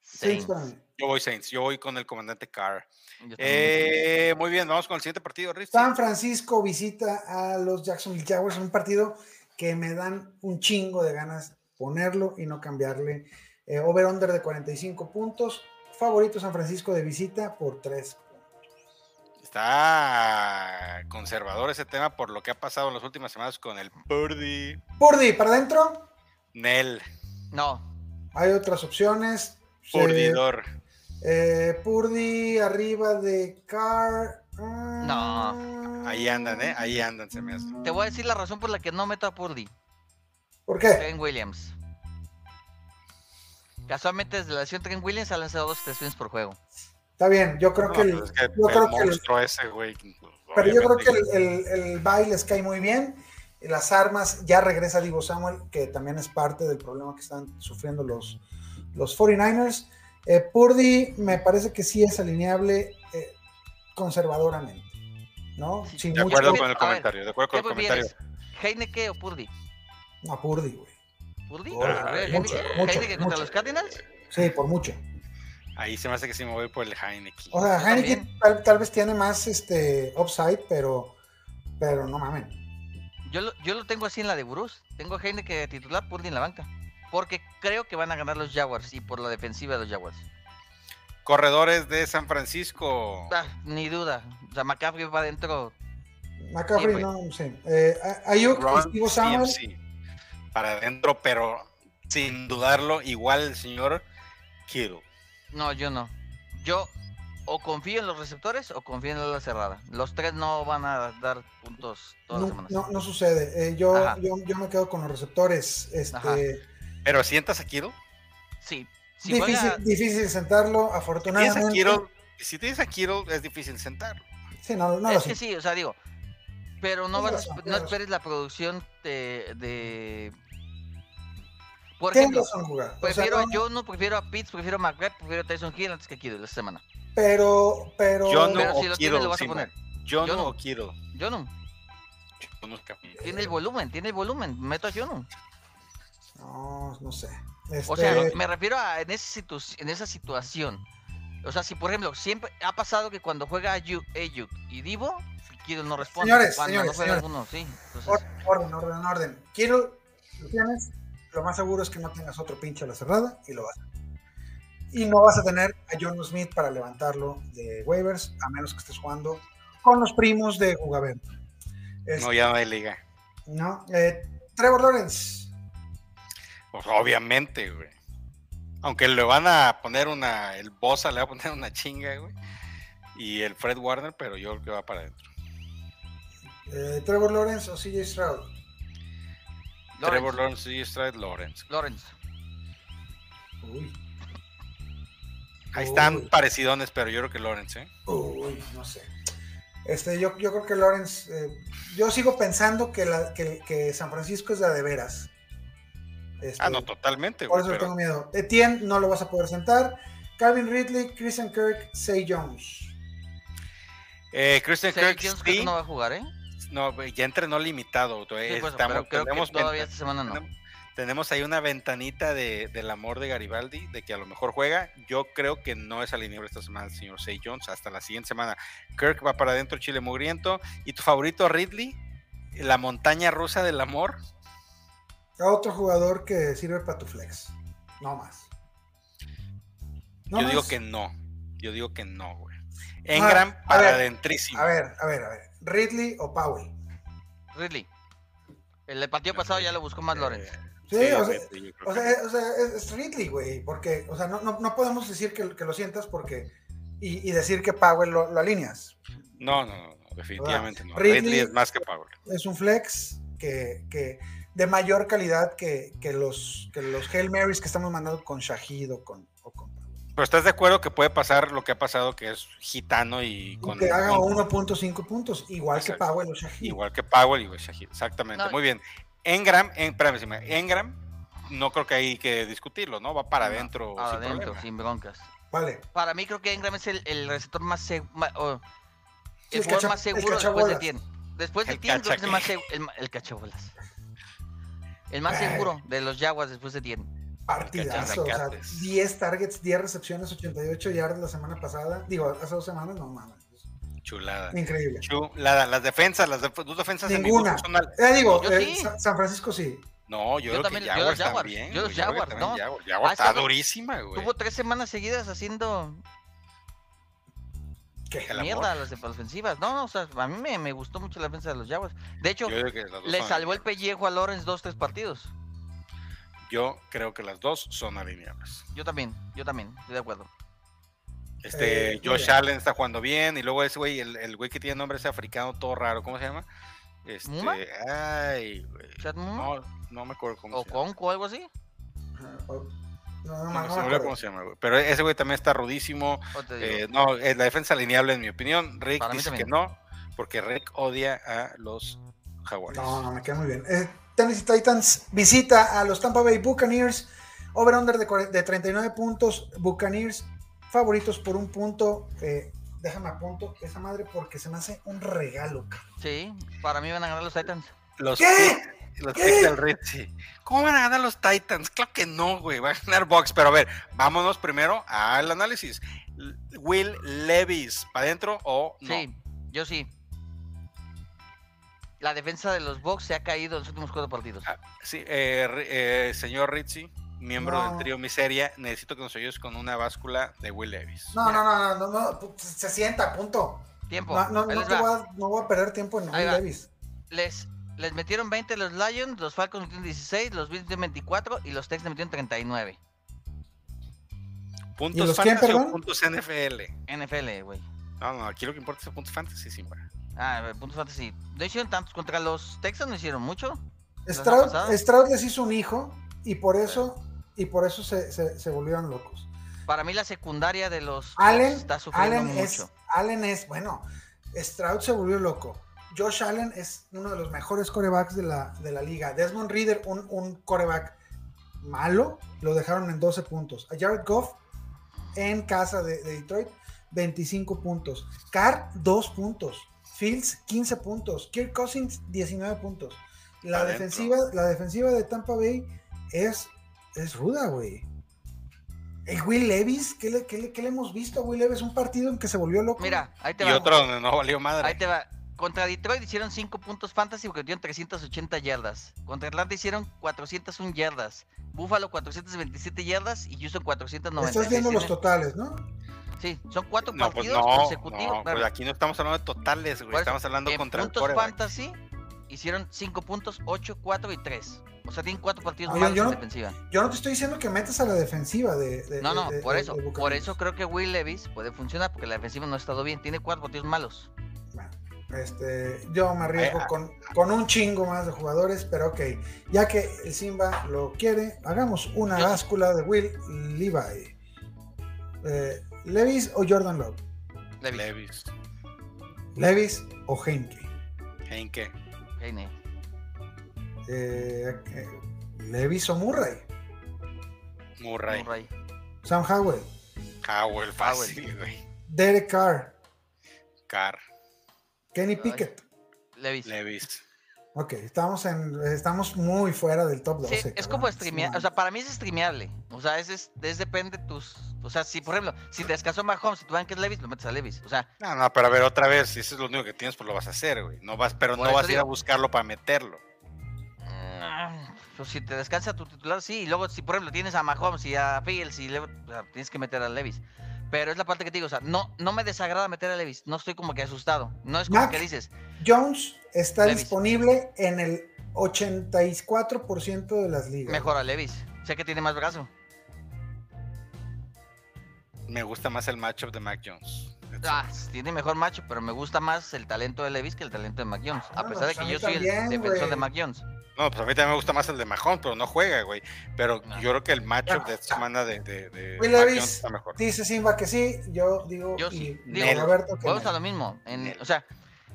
Saints
Saints.
para mí.
Yo voy Saints, yo voy con el comandante Carr.
Yo también voy Saints.
Eh, muy bien, vamos con el siguiente partido, Rich.
San Francisco visita a los Jacksonville Jaguars en un partido que me dan un chingo de ganas ponerlo y no cambiarle. Eh, Over-under de 45 puntos. Favorito San Francisco de visita por 3
Está conservador ese tema por lo que ha pasado en las últimas semanas con el Purdy.
Purdy para adentro.
Nel,
No,
Hay otras opciones. Se-
Purdidor.
Eh, Purdy arriba de Carr. Ah.
No.
Ahí andan, ¿eh? Ahí andan, se me hace.
te voy a decir la razón por la que no meto a Purdy.
¿Por qué?
Trent Williams. Casualmente desde la lesión Trent Williams ha lanzado dos touchdowns por juego.
Está bien, yo creo
No,
que el,
pues es que
yo
el
creo que el-
monstruo ese, güey.
pero yo creo que
obviamente,
el, el, el bye les cae muy bien. Las armas, ya regresa Divo Samuel, que también es parte del problema que están sufriendo los, los 49ers. Eh, Purdy me parece que sí es alineable eh, conservadoramente, ¿no?
Sí,
Sin
De
mucho-
acuerdo con
A
el
ver,
comentario, de acuerdo con
¿Qué
el comentario.
prefieres? ¿Heineke o Purdy?
No, Purdy, güey.
¿Purdy?
Ay,
¿Heineke?
mucho, mucho,
¿Heineke contra
mucho.
los Cardinals?
Sí, por mucho.
Ahí se me hace que sí me voy por el Heineken.
O sea,
Yo
Heineken
también.
tal, tal vez tiene más este upside, pero, pero no mamen.
Yo lo, yo lo tengo así en la de Burús. Tengo a Heineke de titular, Purdy en la banca. Porque creo que van a ganar los Jaguars y por la defensiva de los Jaguars.
Corredores de San Francisco.
Ah, ni duda. O sea, McCaffrey va adentro.
McCaffrey
Sí, pues. güey.
no, sí. Eh, A- Ayuk,
Ron
Divo Samuel,
CMC. Para adentro, pero sin dudarlo, igual el señor Kittle.
No, yo no. Yo o confío en los receptores o confío en la ala cerrada. Los tres no van a dar puntos todas las
no,
semanas.
no, no sucede. Eh, yo,
Ajá.
yo, yo me quedo con los receptores.
Ajá.
Este,
Pero sientas a Kittle.
Sí. Si
difícil,
juega-
difícil sentarlo,
Tienes a
afortunadamente.
Kittle. Si tienes a Kittle, es difícil sentarlo.
Sí, no, no lo
es que
sé.
sí, o sea, digo. Pero no,
Tienes
vas
razón,
a esp- no
tienes razón.
esperes la producción de. de- Por
Tienes
ejemplo,
razón, jugar. O sea,
prefiero
no,
a Jones, prefiero a Pitts, prefiero a McBeth, prefiero a Tyson Hill antes que Kittle esta semana.
pero, pero,
Yo no,
Pero
o
si
Kittle,
lo tienes, lo vas
sí,
a poner.
Yo,
Yo
no,
no.
o Kittle.
Jones,
Yo no, cabrón.
tiene el volumen, tiene el volumen. Meto a Jones.
no, no sé. Este,
O sea, me refiero a en, esa situ- en esa situación. O sea, si por ejemplo, siempre ha pasado que cuando juega Ayuk, Ayuk y Divo, Kittle no responde.
Señores,
cuando
señores,
no juega
señores.
alguno, sí. Entonces,
Orden, orden, orden, orden. Quiero, lo tienes, lo más seguro es que no tengas otro pinche a la cerrada y lo vas a Y no vas a tener a John Smith para levantarlo de waivers, a menos que estés jugando con los primos de Jugabem. Este,
No, ya no hay liga.
¿no? Eh, Trevor Lawrence.
O sea, Pues, obviamente, güey. Aunque le van a poner una. El Bosa le va a poner una chinga, güey. Y el Fred Warner, pero yo creo que va para adentro.
eh, Trevor Lawrence o CJ Stroud.
Lawrence,
Trevor Lawrence y Stride Lawrence.
Lawrence.
Uy,
Ahí
Uy.
están parecidones, pero yo creo que Lawrence, ¿eh?
uy, no sé. Este, yo, yo creo que Lawrence, eh, yo sigo pensando que, la, que, que San Francisco es la de veras. Este,
Ah, no, totalmente,
por
güey.
eso le
pero-
tengo miedo. Etienne no lo vas a poder sentar. Calvin Ridley, Christian Kirk, Say Jones.
Eh, Christian
Sergio
Kirk,
Jones
sí.
creo que no va a jugar, ¿eh?
No, güey, ya entrenó limitado. güey.
Sí, por eso,
Estamos-
pero creo
tenemos
que todavía
venta-
esta semana no.
tenemos- Tenemos ahí una ventanita de, del amor de Garibaldi, de que a lo mejor juega. Yo creo que no es alineable esta semana el señor Say Jones, hasta la siguiente semana. Kirk va para adentro, Chile Mugriento. ¿Y tu favorito, Ridley? La montaña rusa del amor.
A otro jugador que sirve para tu flex. No más. No
Yo digo
más. Ah,
que no. Yo digo que no, güey. Engram
a
para
ver,
adentrísimo.
A ver, a ver, a ver. Ridley o Powell.
Ridley. El de partido pasado ya lo buscó más Lawrence.
Eh,
Sí, o sea,
Ridley, yo creo
O
que
sea, eh, o sea, es, es Ridley, güey, porque, o sea, no, no, no podemos decir que, que lo sientas porque, y, y decir que Powell lo, lo alineas.
No, no, no, no, definitivamente no.
Ridley-
Ridley, es más que Powell.
Es un flex que, que de mayor calidad que, que los, que los Hail Marys que estamos mandando con Shahid o con... o con-
Pero estás de acuerdo que puede pasar lo que ha pasado, que es gitano y con.
que haga
con-
1.5 puntos, igual que
Exacto.
Powell o Shahid.
Igual que Powell y Shahid. Exactamente.
No.
Muy bien. Engram, en, espérame, sí, Engram, no creo que hay que discutirlo, ¿no? Va para
No,
adentro.
Ahora
oh, sin
adentro,
problema.
sin broncas.
Vale.
Para mí creo que Engram es el, el receptor más seguro.
Sí,
el
el
jugador
cacha-
más
el
seguro después de
cachabolas.
Tien. Después de
El
Tien creo que es el más
cachaque.
seguro. El, ma- el cachabolas. El más
Ay.
seguro de los Jaguars después de Tien.
Partidazo, o sea,
Cacharracates.
10 targets, 10 recepciones, 88 yardas la semana pasada, digo, hace dos semanas, no mames.
Chulada.
Increíble.
Chulada. Las defensas, las def- dos defensas en mi
Ninguna.
gusto son al-
Ya digo,
Yo
eh,
sí.
Sa- San Francisco sí.
No, yo,
Yo
creo
también-
que
yo los
Jaguars
Jaguars,
también. güey.
yo los
Yo creo que
Jaguars,
también
no.
Jaguars. Jaguars
Ah,
está
Jaguars-
durísima, güey.
Tuvo tres semanas seguidas haciendo
¿Qué?
El amor.
mierda a las def- ofensivas. No, no, o sea, a mí me, me gustó mucho la defensa de los Jaguars. De hecho,
Yo digo que las dos
le
son
salvó el pellejo a Lawrence dos, tres partidos.
alineables. Yo creo que las dos son alineables.
Yo también, yo también, estoy de acuerdo.
Este,
Eh,
Josh
mira.
Allen está jugando bien. Y luego ese güey, el, el güey que tiene nombre ese africano todo raro, ¿cómo se llama? Este,
¿Muma?
ay, güey.
Chad Moore
No, no me acuerdo cómo
o
se llama.
Conco o algo así.
Ajá, o- Ah, oh, No, no,
No,
ma- no
me- se me
me
olvidó
acuerdo.
cómo se llama, güey. Pero ese güey también está rudísimo.
o te digo.
Eh, no, es la defensa alineable en mi opinión. Rick
Para mí
dice que
también.
no, porque Rick odia a los jaguares.
No, no, me queda muy bien. Eh, Tennessee Titans visita a los Tampa Bay Buccaneers. Over-under de, cuare- de 39 puntos. Buccaneers favoritos por un punto. Eh, déjame apunto esa madre porque se me hace un regalo. cabrón.
Sí, para mí van a ganar los Titans.
Los
¿Qué?
pick- Los
¿Qué?
picks del Richie. ¿Cómo van a ganar los Titans? Claro que no, güey. Va a ganar Box. Pero a ver, vámonos primero al análisis. L- Will Levis, ¿para adentro o no?
Sí, yo sí. La defensa de los Bucks se ha caído en los últimos cuatro partidos.
Ah, Sí, eh, Ri- eh, señor Richie, miembro
No.
del trío Miseria, necesito que nos ayudes con una báscula de Will Levis.
No, no, no, no, no, no, pu- se sienta, punto.
Tiempo.
No, no,
Pues, ahí
no
les,
te
va.
voy a, no voy a perder tiempo en
Ahí
Will
va.
Levis.
les, les metieron 20 los Lions, los Falcons metieron 16, los Bills metieron 24 y los Texans metieron 39.
¿Puntos
los quién,
fantasy o
perdón?
puntos NFL?
NFL, güey.
No, no, aquí lo que importa es el punto fantasy, Simba.
Ah, a ver, puntos fantasy. No hicieron tantos contra los Texans, no hicieron mucho.
Stroud,
pasada.
Stroud les hizo un hijo y por eso, y por eso se, se- se volvieron locos.
Para mí la secundaria de los Bucks
Allen,
está sufriendo
Allen,
mucho.
es, Allen es, bueno, Stroud se volvió loco. Josh Allen es uno de los mejores corebacks de la, de la liga. Desmond Reader, un, un coreback malo, lo dejaron en 12 puntos. A Jared Goff en casa de, de Detroit, 25 puntos. Carr, 2 puntos. Fields, 15 puntos. Kirk Cousins, 19 puntos. La
Adentro.
defensiva, la defensiva de Tampa Bay es, es ruda, güey. El Will Levis, ¿qué le, qué le- qué le hemos visto a Will Levis? Un partido en que se volvió loco.
Mira, ahí te
Y
va.
otro donde no valió madre.
Ahí te va. Contra Detroit hicieron 5 puntos fantasy porque dieron 380 yardas. Contra Atlanta hicieron 401 yardas. Buffalo 427 yardas y Houston 496.
Estás viendo los
Tiene-
totales, ¿no?
Sí, son 4
No, pues
partidos
no,
consecutivos.
no,
claro.
pues aquí no estamos hablando de totales,
Por
güey.
eso,
Estamos hablando
en
contra el
puntos
quarterback.
fantasy hicieron 5 puntos, 8, 4 y 3. O sea, tienen 4 partidos
Oye,
malos
yo
en
no- eh,
defensiva.
Yo no te estoy diciendo que metas a la defensiva de. de-
No,
de-
no,
de-
por
de-
eso.
de
Por
Buccaneers.
eso creo que Will Levis puede funcionar porque la defensiva no ha estado bien. Tiene 4 partidos malos.
Este, yo me arriesgo
Ay, ah,
con, con un chingo más de jugadores, pero ok. Ya que el Simba lo quiere, hagamos una
Yo-
báscula de Will Levi. Eh, ¿Levis o Jordan Love?
Levis.
Levis.
¿Levis o Henke?
Henke.
Heine.
Eh, eh, Levis o Murray.
Murray.
Murray.
Sam Howell.
Howell, fácil, güey.
Derek Carr.
Carr.
Kenny
Ay.
Pickett.
Levis.
Levis.
Ok, estamos, en, estamos muy fuera del top 12.
Sí, es
cabrón.
como
Sí,
streamear, o sea, para mí es streameable. O sea, es, es, es depende tus. O sea, si por ejemplo, si descansó Mahomes y tu banca es Levis, lo metes a Levis. O sea,
No, no, pero a ver, otra vez, si eso es lo único que tienes, pues lo vas a hacer, güey. No vas, pero
Por
no
eso
vas a ir a
digo.
buscarlo para meterlo.
ah, pues, si te descansa tu titular, sí. Y luego, si por ejemplo tienes a Mahomes y a Fields, y le- o sea, tienes que meter a Levis. Pero es la parte que te digo, o sea, no, no me desagrada meter a Levis. No estoy como que asustado. No es como
Mac.
que dices,
Jones está
Levis.
disponible en el 84% de las ligas.
mejor a Levis. Sé que tiene más brazo.
Me gusta más el matchup de Mac Jones.
Ah, tiene mejor macho, pero me gusta más el talento de Levis que el talento de Mac Jones.
Ah,
A
no,
pesar de
pues a
que
mí
yo soy
también,
el defensor
güey.
de Mac Jones.
No, pues a mí también me gusta más el de Mahon, pero no juega, güey. Pero
No.
yo creo que el matchup
Ah,
de esta semana de, de, de
Will
Mac
Levis.
Jones está mejor.
Dice Simba que sí, yo digo.
Yo sí, digo,
don Roberto que
Volvemos
no.
a lo mismo. en-
Nel.
o sea,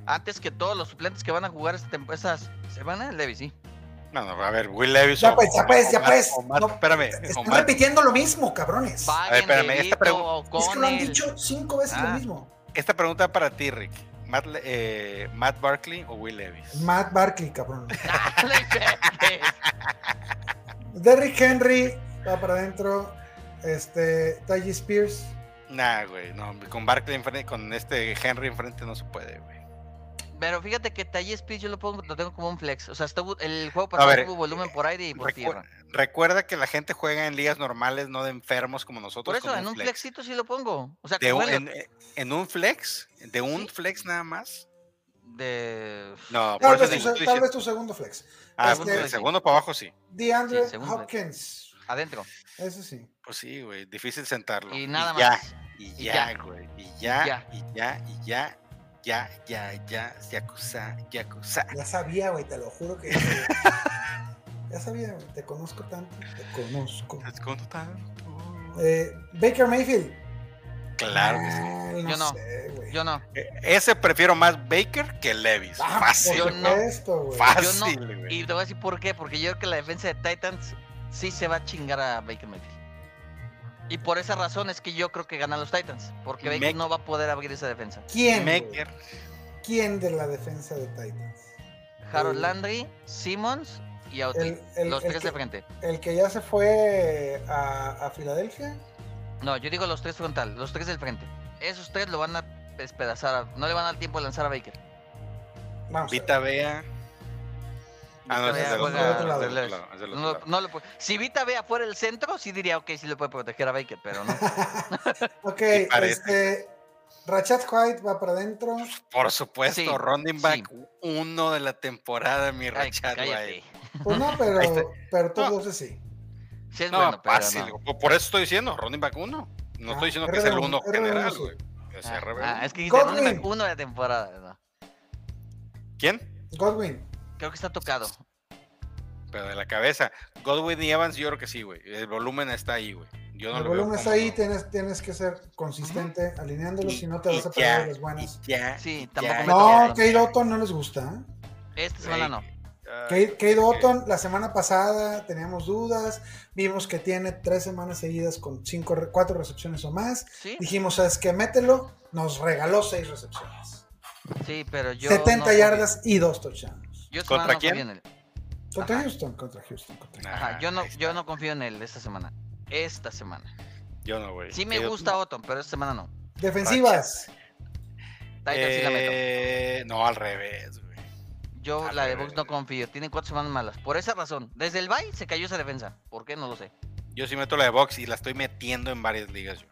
antes que todos los suplentes que van a jugar esta, temp- esta semana, Levis, sí.
No, no, a ver, Will Levis.
Ya
o-
pues, ya
o-
pues, ya
o-
pues.
o- o-
No,
espérame. o
Están
Matt-
repitiendo lo mismo, cabrones.
Paguen
espérame, esta
Levito,
pregunta-
es que lo han
O'Connell.
dicho cinco veces lo
Ah.
mismo.
esta pregunta para ti, Rick. Matt, Le- eh, Matt Barkley o Will Levis.
Matt Barkley, cabrón.
Dale, Pepe.
Derrick Henry va para adentro. Este, Taji Spears.
Nah, güey, no, con Barkley enfrente, con este Henry enfrente no se puede, güey.
Pero fíjate que Talle Speed yo lo, pongo, lo tengo como un flex. O sea, estuvo- el juego
A
pasado
ver,
tuvo volumen por aire y por
recu-
tierra.
Recuerda que la gente juega en ligas normales, no de enfermos como nosotros.
Por eso,
con
en un flexito sí lo pongo. O sea,
De un-
bueno,
en, en un flex, de un
Sí.
flex nada más.
de-
No, por
Tal,
eso
vez
te
tu,
digo,
se-
tú
tal
dices-
vez tu segundo flex.
Ah,
este-
el segundo para abajo sí.
DeAndre
Sí, segundo flex.
Hopkins.
adentro.
Eso sí.
Pues sí, güey, difícil sentarlo.
Y nada
ya,
más.
Y
Y
ya,
ya.
güey, y ya,
Ya.
y ya, y ya, ya, ya, ya, yakuza, yakuza.
Ya sabía, güey, te lo juro que. ya sabía, güey, te conozco tanto. Te conozco.
Te escondo tanto.
Eh, Baker Mayfield.
Claro que sí.
Ay,
Yo no.
sé, güey.
Yo no.
E- Ese prefiero más Baker que Levis.
Ah,
Fácil.
Por
Yo no.
supuesto, güey.
Yo no.
Fácil, güey.
Y te voy a decir por qué. Porque yo creo que la defensa de Titans sí se va a chingar a Baker Mayfield. Y por esa razón es que yo creo que ganan los Titans. Porque Baker
Mac-
no va a poder abrir esa defensa.
¿Quién? güey?
Baker.
¿Quién de la defensa de Titans?
Harold
El-
Landry, Simmons y Autry.
El, el-
los
el
tres de
que,
frente.
el que ya se fue a, a Filadelfia.
No, yo digo los tres frontal, los tres del frente. Esos tres lo van a despedazar. a- no le van a dar tiempo de lanzar a Baker.
Vamos. a ver.
Vita Vea. Ah, no,
Vita
ese es
Vea
del otro
juega
lado,
de
es del otro
relevo.
lado, es del otro
No,
lado.
no lo puede- si Vita vea fuera el centro, sí diría, ok, sí le puede proteger a Baker, pero no.
Ok,
Sí, parece.
este. Rachat White va para adentro.
Por supuesto,
Sí,
running
sí.
back uno de la temporada, mi
Ay,
Rachat, güey.
cállate.
Pues no,
Ahí está.
pero, pero
No.
todos sí.
Sí es
No,
bueno, pero
fácil.
no.
güey. Por eso estoy diciendo, running back uno. No
Ah,
estoy diciendo que es el
RB1,
uno
RB1,
general,
sí.
güey. Es
Ah,
RB1.
ah, es que dice
Godwin.
running back uno de la temporada. ¿no?
¿Quién?
Godwin.
Creo que está tocado.
Pero de la cabeza. Godwin y Evans, yo creo que sí, güey. El volumen está ahí, güey. Yo no
el
lo veo
volumen está
como-
ahí, tienes, tienes que ser consistente alineándolos, si no te
y
vas a
ya,
perder de los buenos.
y ya,
Sí,
y
tampoco
ya,
me
y
No,
ya.
toca.
Kate Otton no les gusta. ¿eh?
Esta Este semana no.
Ah,
Kate, Kate
es que-
Otton, la semana pasada teníamos dudas, vimos que tiene tres semanas seguidas con cinco, re- cuatro recepciones o más.
Sí,
Dijimos, ¿sabes qué? Mételo. Nos regaló seis recepciones.
sí, pero yo.
70
no
yardas y dos touchdowns.
confío- Yo esta
¿Contra
semana no
quién?
confío en él.
Contra
Ajá.
Houston, contra Houston, contra Houston.
Nah,
Ajá, yo no,
ahí está.
yo no confío en él esta semana. Esta semana.
Este, Yo no, güey.
Sí me
Kate
gusta
Otton.
Otton, pero esta semana no.
Defensivas.
Titans sí la meto.
Eh, no, al revés, güey.
Yo
al
la de
revés.
Box no confío. Tiene cuatro semanas malas. Por esa razón. Desde el bye se cayó esa defensa. ¿Por qué? No lo sé.
Yo sí meto la de box y la estoy metiendo en varias ligas. Yo.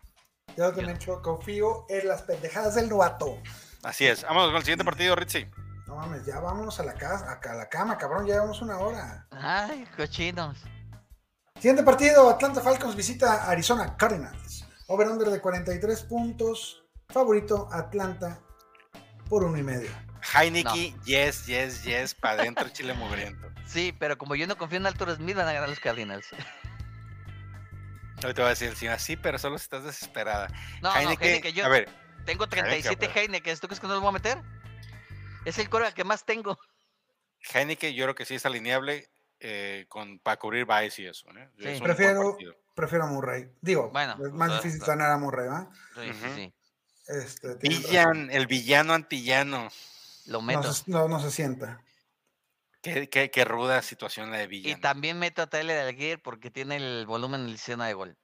Yo también cho- confío en las pendejadas del novato.
Así es. Vámonos con el siguiente partido, Ritzy.
No mames, ya vámonos a la casa, a ca- la cama, cabrón, ya llevamos una hora.
Ay, cochinos.
Siguiente partido, Atlanta Falcons visita a Arizona Cardinals. Over-under de 43 puntos. Favorito Atlanta por uno y medio.
Heineken, yes, yes, yes, para adentro Chile mugriento.
Sí, pero como yo no confío en Arthur Smith, van a ganar los Cardinals.
Hoy te voy a decir, sí, así, pero solo si estás desesperada.
No, no,
Heineken,
Heineken, yo
a ver,
tengo
Heineken,
37
pero-
Heineken. ¿Tú crees que no los voy a meter? Es el coreback que más tengo.
Heineken, yo creo que sí es alineable. eh, con, para cubrir Vice y eso. ¿eh?
Sí.
Es un buen
Prefiero,
partido.
prefiero a Murray. Digo,
Bueno, pues,
es más
o sea,
difícil
claro.
sanar a Murray, ¿va?
Sí, sí,
Ujú.
sí.
Este, tienen razón.
Villan, el villano antillano.
Lo
no,
meto.
se, no, no se sienta.
Qué, qué- qué ruda situación la de
Y
Villan.
también meto a Tyler Algier porque tiene el volumen en la escena de gol.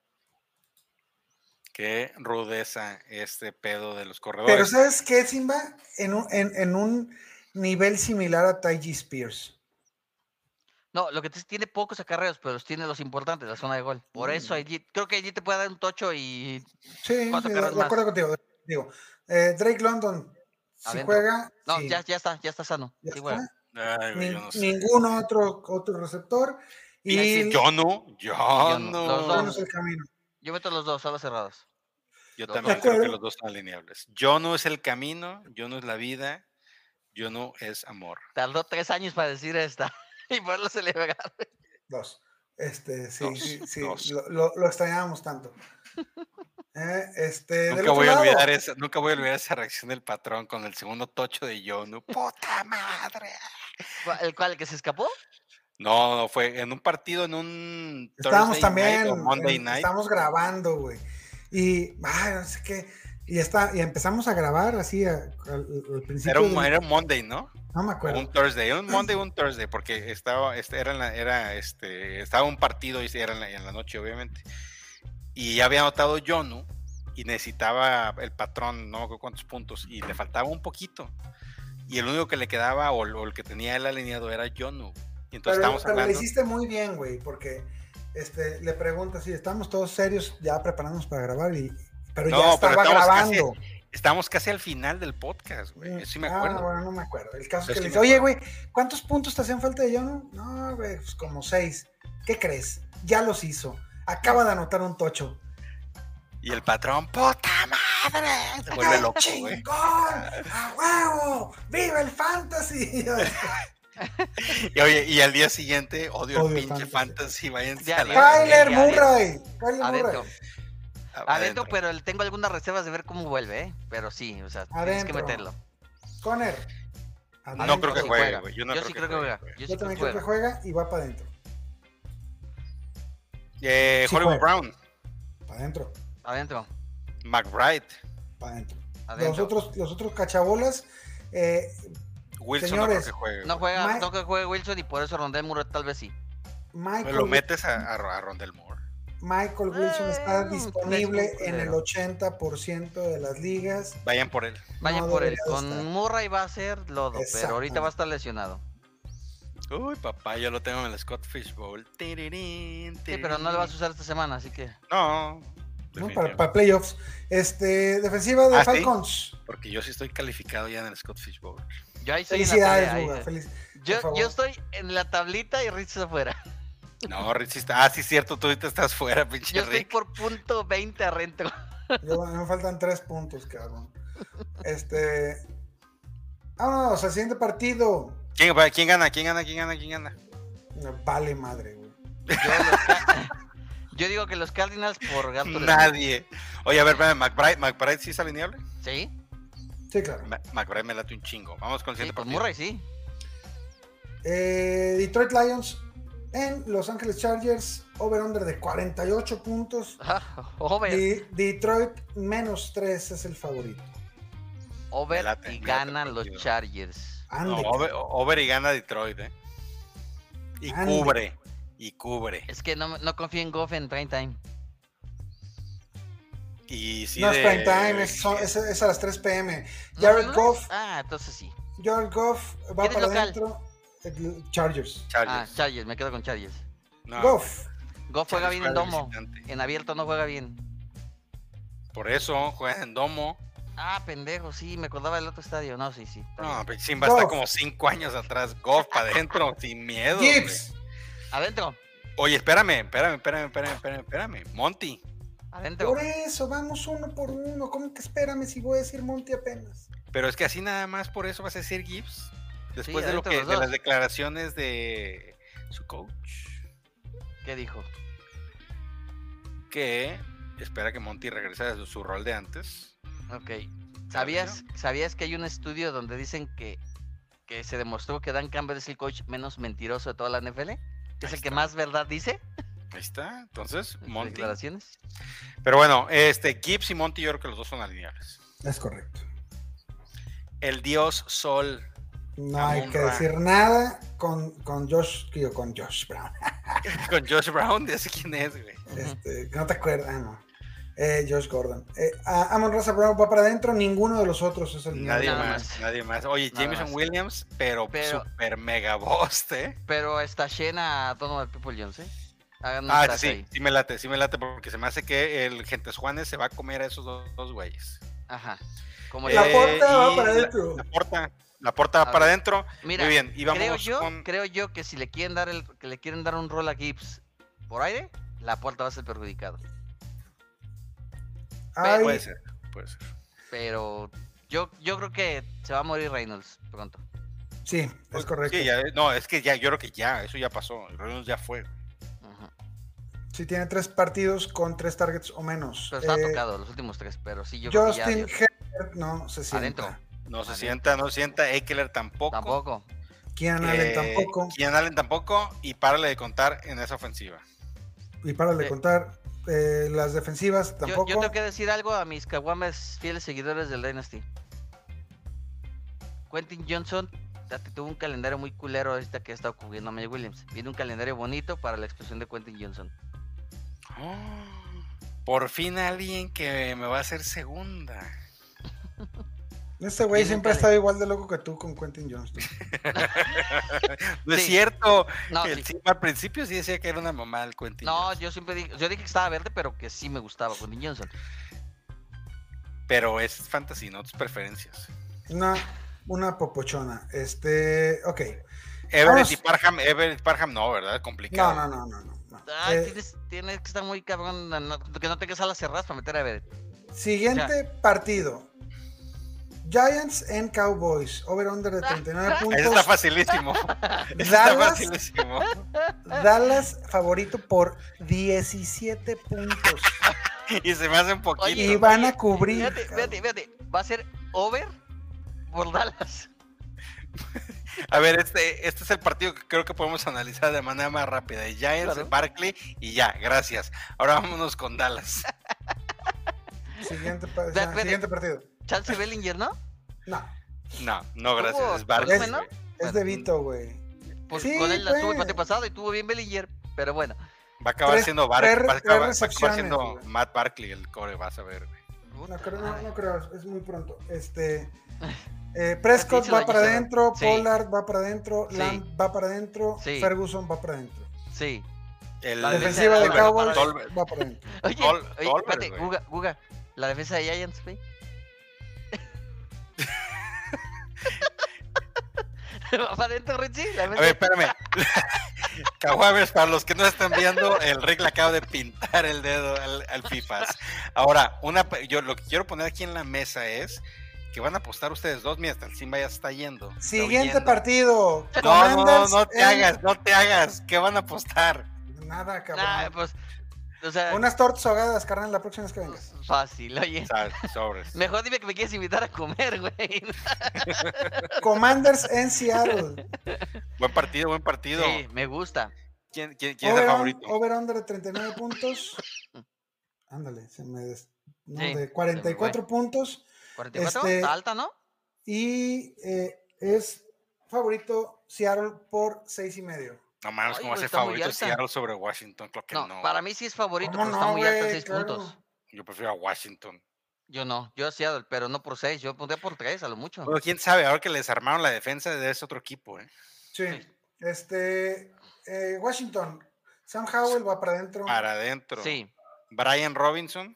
Qué rudeza este pedo de los corredores.
Pero ¿sabes qué, Simba? En un, en, en un nivel similar a Taiji Spears.
No, lo que te- tiene pocos acarreos, pero los tiene los importantes, la zona de gol. Por
Mm.
eso allí, creo que allí te puede dar un tocho y
Sí,
Cuatro
de, de
carreras más.
acuerdo contigo. Digo, eh, Drake London, si
Adentro.
juega,
No,
sí,
ya, ya está, ya está sano.
ya
sí, güey.
está.
Ay, güey, yo
Nin-
no sé.
Ningún otro, otro receptor.
Y ahí sí,
Y
Yo no, yo
no,
no.
no,
los dos.
no es el camino.
Yo meto los dos, solo cerrados.
Yo
De
también creo
acuerdo.
que los dos son alineables. Yo no es el camino, yo no es la vida, yo no es amor.
Tardó tres años para decir esta y poderlo celebrar.
Dos. Este, sí,
Dos,
sí, sí,
dos.
Lo, lo, lo extrañábamos tanto. Eh, este, del
Nunca
otro
voy, a
lado,
olvidar esa, nunca voy a olvidar esa reacción del patrón con el segundo tocho de Yonu. ¡Puta madre!
¿Cuál- ¿El cual que se escapó?
No, no, fue en un partido, en un
Estábamos
Thursday
también,
night o Monday
en-
night.
estábamos grabando, güey. Y, ay, no sé qué. Y, está, y empezamos a grabar así a- al, al principio.
Era un,
del-
era un Monday, ¿no?
no me
O
acuerdo.
Un Thursday, un Monday, un Thursday, porque estaba, este, era, en la- era, este, estaba un partido y era en la, en la noche, obviamente. Y ya había anotado Jonu y necesitaba el patrón, no me acuerdo cuántos puntos, y le faltaba un poquito. Y el único que le quedaba o, el- o el que tenía él alineado era Jonu. Y entonces
pero,
estábamos
pero lo
hablando.
hiciste muy bien, güey, porque este, le preguntas si estamos todos serios, ya preparándonos para grabar, y, pero
No,
ya estaba
pero estamos casi-
grabando.
Estábamos casi al final del podcast, güey. Eso Eh, sí me
Ah,
acuerdo.
bueno, no me acuerdo. El caso
Yo
es que le
sí me
dice, oye, güey, ¿cuántos puntos te hacían falta de John? No, güey, pues como seis. ¿Qué crees? Ya los hizo. Acaba de anotar un tocho.
Y el patrón, puta madre. Se vuelve
¡Qué
loco, güey.
¡Chingón! ¡A huevo! ¡Viva el fantasy!
Y oye, y al día siguiente, odio,
Odio
el pinche
fantasy.
fantasy, váyanse
Ya,
a la
ya, ya,
verga.
¡Kyler Murray! ¡Kyler
Adentro.
Murray!
Adentro, pues, pero le tengo algunas reservas de ver cómo vuelve, ¿eh? Pero sí, o sea, tienes que
Adentro.
meterlo.
Conner.
No creo que
sí
juegue, güey. Yo no
Yo
creo
sí
que
creo que
juegue,
juega.
güey.
Yo sí
Yo
creo que
también creo que
juega.
juega y va para adentro.
Eh,
Sí
Hollywood
juega.
Brown,
Para adentro.
Adentro,
McBride,
Para adentro. Los
adentro.
otros, los otros cachabolas, eh,
Wilson no
Señores,
creo que juegue.
No
güey.
juega,
Ma-
no creo que juegue Wilson y por eso Rondel Muro tal vez sí.
Me
Michael,
lo metes a, a, a Rondell Moore.
Michael Wilson está
Eh,
disponible
es un
en el
culero.
80% de las ligas.
Vayan por él.
Vayan
No
por él.
debería de estar.
Con Murray va a ser lodo, pero ahorita va
Exactamente.
a estar lesionado.
Uy, papá, yo lo tengo en el Scott Fishbowl. Tirirín,
Sí, pero no lo vas a
tirirín.
usar esta semana, así que.
¿no?
No. definitivamente,
Para, para playoffs. Este, defensiva de
Ah, ¿sí?
Falcons.
Porque yo sí estoy calificado ya en el Scott Fishbowl.
Yo ahí sí. en la
Felicidades,
pelea, ahí eh.
Buga,
sí.
feliz-
Yo,
favor.
yo estoy en la tablita y Rich está afuera.
No, Rich sí está. Ah, sí, cierto, tú ahorita estás fuera, pinche
Yo estoy
Rick.
por punto 20 adentro.
yo- me faltan tres puntos, cabrón. Este. Vámonos al siguiente partido.
¿Quién, va- ¿Quién gana? ¿Quién gana? ¿Quién gana? ¿Quién gana?
No, Vale madre, güey.
Yo, los ca- yo digo que los Cardinals por gato. de-
Nadie. Oye, a ver, espérame, McBride, ¿McBride sí es alineable?
Sí,
Sí, claro.
Ma- McBride me late un chingo. Vamos con el
sí,
siguiente
pues
partido.
Murray sí.
Eh, Detroit Lions en Los Ángeles Chargers. Over-under de 48 puntos.
Ah, Over,
De- Detroit menos 3 es el favorito.
over
late,
y
me late
ganan
el
los
partido.
Chargers.
No,
Ande,
over, over y gana Detroit, ¿eh? Y
Ande.
cubre, y cubre.
Es que no, no confío en Goff en prime time.
Y sí
no es
de-
prime time, es, son- es- es a las 3 pm.
¿No,
Jared
no?
Goff,
Ah, entonces sí.
Jared Goff va
¿Quién es
para
local?
adentro. eh, Chargers.
Ah,
Chargers.
Chargers, me quedo con Chargers.
No,
Goff.
Goff juega
Chargers
bien en
de
domo.
visitante.
En abierto no juega bien.
Por eso juegan en domo.
Ah, pendejo, sí, me acordaba del otro estadio. No, sí, sí. está bien.
No, pero Simba está
Goff.
como cinco años atrás. Goff para adentro, sin miedo. güey.
Gibbs.
Adentro,
Oye, espérame, espérame, espérame, espérame, espérame, espérame. Monty.
adentro.
Por eso, vamos uno por uno. ¿Cómo que espérame si voy a decir Monty apenas?
Pero es que así nada más por eso vas a decir Gibbs. Después de lo
adentro
que,
los
de
dos.
las declaraciones de su coach.
¿Qué dijo?
Que espera que Monty regrese a su- su rol de antes.
Ok.
Claro,
¿Sabías, ¿Sabías que hay un estudio donde dicen que, que se demostró que Dan Campbell es el coach menos mentiroso de toda la NFL? es el que más verdad dice.
Ahí está, entonces,
en sus
Monty.
declaraciones.
Pero bueno, este, Gibbs y Monty, yo creo que los dos son alineables.
Es correcto.
El dios Sol,
No
Amon
hay que
Ra.
decir nada con, con Josh, digo, con Josh Brown.
con Josh Brown, ya sé quién es, güey.
Ujú.
Este, no te acuerdas, ah, no. Eh, Josh Gordon. Eh, a- Amon Raza Brown va para adentro, ninguno de los otros es el
Nadie
Nada
más,
más.
nadie más. Oye,
Nada
Jameson
más.
Williams, pero,
Pero-
super mega boss, ¿eh?
Pero está llena Donovan People Jones, ¿eh? Hagan un
Ah,
stack
sí,
ahí.
sí me late, sí me late, porque se me hace que el Gentes Juanes se va a comer a esos dos, dos güeyes.
Ajá.
Eh,
Como
La
yo.
por- Porta va
y
para
la-
adentro.
La, porta, la porta va
A
para
ver,
adentro.
Mira,
Muy bien, y vamos
creo yo,
con-
creo yo que si le quieren dar el, que le quieren dar un rol a Gibbs por aire, la puerta va a ser perjudicado.
Ay,
Puede ser, puede ser.
Pero yo, yo creo que se va a morir Reynolds pronto.
sí, es correcto.
Sí, ya, no, es que ya, yo creo que ya, eso ya pasó. El Reynolds ya fue.
Ajá.
Sí, tiene tres partidos con tres targets o menos.
Pero estaba
Eh,
tocado los últimos tres, pero sí yo creo que ya
Justin
adiós.
Herbert no se sienta.
Adentro.
No se
Adentro.
sienta, no se sienta. Eckler tampoco.
tampoco.
Keenan
Eh,
Allen tampoco.
Kian Allen tampoco. Y párale de contar en esa ofensiva.
Y para de
Eh,
contar, eh, las defensivas
Yo- Yo,
tampoco.
tengo que decir algo a mis caguamas fieles seguidores del Dynasty. Quentin Johnson ya te tuvo un calendario muy culero ahorita que ha estado cubriendo a Mike Williams. Viene un calendario bonito para la explosión de Quentin Johnson.
Por fin alguien que me va a hacer segunda.
Este güey
Keenan
siempre ha
Allen.
estado igual de loco que tú con Quentin Johnston.
No es
Sí.
cierto.
No,
que
sí.
encima al principio sí decía que era una mamá el Quentin.
No,
Johnson,
yo siempre dije, yo dije que estaba verde, pero que sí me gustaba pues, Quentin Johnson.
Pero es fantasy, no tus preferencias.
Una, una popochona. Este, ok.
Everett
Vamos.
y Parham, Everett y Parham no, ¿verdad? Complicado.
No, no, no, no, no. no.
Ay,
Eh,
Ah, tienes, tienes que estar muy cabrón, no- no- que no tengas alas cerradas para meter a Everett.
siguiente partido. Giants en Cowboys. Over-under
Ah,
de 39
Ese está
puntos.
facilísimo. Ese está
Dallas.
facilísimo.
Dallas favorito por 17 puntos.
Y se me hace un
Y
poquito.
van a cubrir.
Fíjate,
cabrón.
fíjate, fíjate. Va a ser over por Dallas.
A ver, este, este es el partido que creo que podemos analizar de manera más rápida. Giants,
Claro.
Barkley y ya, gracias. Ahora vámonos con Dallas.
Siguiente, pa-
Fíjate,
siguiente partido.
Chance Bellinger, ¿no?
No,
No, no, gracias.
Hubo
Es Barkley.
volumen,
¿no?
güey.
es
Bueno,
de Vito, güey.
Pues
Sí,
con él la tuvo el
pues.
partido pasado y tuvo bien Bellinger, pero bueno.
Va a acabar
Tres-
siendo Barkley.
tres-
va a acabar,
tres
va a acabar siendo
recepciones, güey.
Matt Barkley el core, vas a ver. güey.
No
puta
creo, no,
madre.
no creo, es muy pronto. Este, eh, Prescott
Sí, se
va
la
para
hizo.
adentro,
Sí.
Pollard va para adentro,
Sí.
Lamb va para adentro,
Sí.
Ferguson va para adentro.
Sí.
El
La
La
defensa
defensiva de
de Dallas va
Cowboys
para
Tolbert.
va para adentro.
Oye,
Tol-
oye,
Tolbert,
espérate,
güey.
Guga, Guga, la defensa de Giants, güey. ¿Va para adentro, Richie? La
A
Pues
defensa
ver, espérame. Caguames, para los que no están viendo, el Rick le acaba de pintar el dedo al, al Pipas. Ahora, una, pe- yo lo que quiero poner aquí en la mesa es que van a apostar ustedes dos mientras el Simba ya se está yendo. está
Siguiente
huyendo.
partido.
No, no, no,
Commanders
no te
en-
hagas, no te hagas. ¿Qué van a apostar?
Nada, cabrón.
Nah, pues, o sea, pues,
Unas tortas ahogadas, carnal, la próxima vez que vengas.
fácil, oye.
O sea, sobres.
Mejor dime que me quieres invitar a comer, güey.
Commanders en Seattle.
Buen partido, buen partido.
Sí, me gusta.
¿Quién, quién- quién es el
Over,
favorito?
over under de 39 puntos. Ándale, se me des... no,
Sí,
de 44 puntos.
44,
Este-
está alta, ¿no?
Y eh, es favorito Seattle por seis y medio.
No mames,
Ay,
¿cómo va a
güey,
ser
está muy
favorito
alta.
Seattle sobre Washington? Claro que no.
No, para mí sí es favorito,
¿Cómo
pero está muy alta en
güey?
6
Claro.
puntos.
Yo prefiero a Washington.
Yo no, yo a Seattle, pero no por 6, yo pondría por 3 a lo mucho.
Bueno, quién sabe, ahora que les armaron la defensa de ese otro equipo, ¿eh?
Sí. Este, eh, Washington, Sam Howell va para adentro.
Para adentro.
Sí,
Brian Robinson.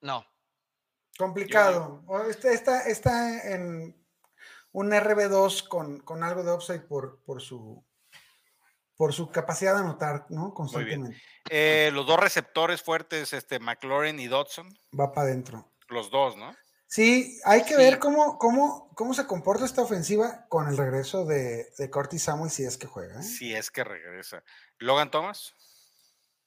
no.
Complicado. O Este, está, está en un RB2 con, con algo de upside por, por su por su capacidad de anotar, ¿no?
Muy bien.
Constantemente.
Eh, los dos receptores fuertes, este, McLaurin y Dodson.
Va para adentro.
Los dos, ¿no?
Sí, hay que
Sí.
ver cómo, cómo, cómo se comporta esta ofensiva con el regreso de, de Curtis Samuel si es que juega. ¿eh?
Si es que regresa. Logan Thomas.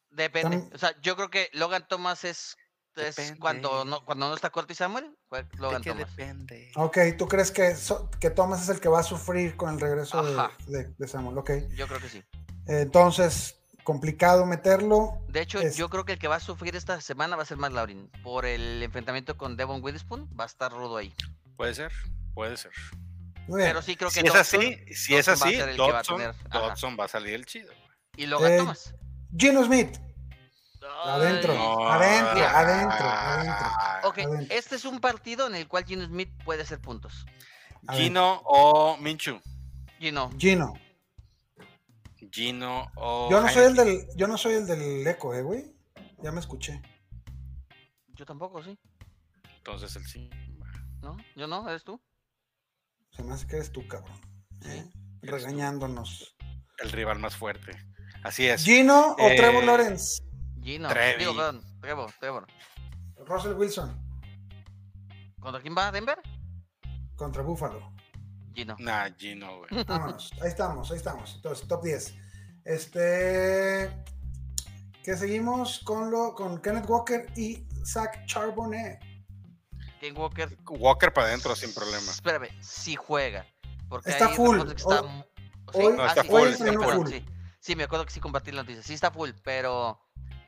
Depende.
Tam-
O sea, yo creo que Logan Thomas es, es cuando
Depende.
no cuando no está Corty Samuel, juega Logan Thomas.
depende.
Ok, ¿tú crees que, so- que Thomas es el que va a sufrir con el regreso de,
Ajá.
de- de Samuel? Ok.
Yo creo que sí.
Entonces, complicado meterlo.
De hecho,
Es-
yo creo que el que va a sufrir esta semana va a ser Matt Laurin. Por el enfrentamiento con Devon Witherspoon, va a estar rudo ahí.
Puede ser, puede ser.
Muy bien.
Pero sí creo que
Si es
Dodson
así, si es
Dodson va a
así,
ser el que va a
Dodson,
tener, ajá.
Dodson va a salir el chido.
y Logan
Eh,
Thomas.
Gino Smith, adentro,
Ay.
adentro,
mira.
adentro, adentro.
Ah.
Ok,
adentro.
este es un partido en el cual Gino Smith puede hacer puntos.
Gino o Minchu.
Gino,
Gino.
Gino
Oh,
o.
Yo no soy el
Heineken.
del, yo no soy el del eco, eh, güey. Ya me escuché.
yo tampoco, sí.
Entonces el sí.
¿No? ¿Yo no? ¿Eres tú?
Se me hace que eres tú, cabrón. ¿eh?
tú.
Regañándonos.
El rival más fuerte. Así es.
Gino o
Eh,
Trevor Lawrence.
Gino.
Trevi.
Digo, perdón, Trevor, Trevor.
Russell Wilson
¿Contra quién va? ¿Denver?
contra Buffalo.
Gino.
Nah, Gino, güey.
Vámonos. Ah, ahí estamos, ahí estamos. Entonces, top 10. Este. Que seguimos con lo con Kenneth Walker y Zach Charbonnet.
Ken Walker.
Walker para adentro sin problema.
Espérame, si juega. Porque
Está
ahí
full,
recuerdo que está
hoy-
mu-
hoy-
No, está
sí,
full,
sí,
está
sí,
full.
perdón, sí. Sí, me acuerdo que sí compartí la noticia. Sí está full, pero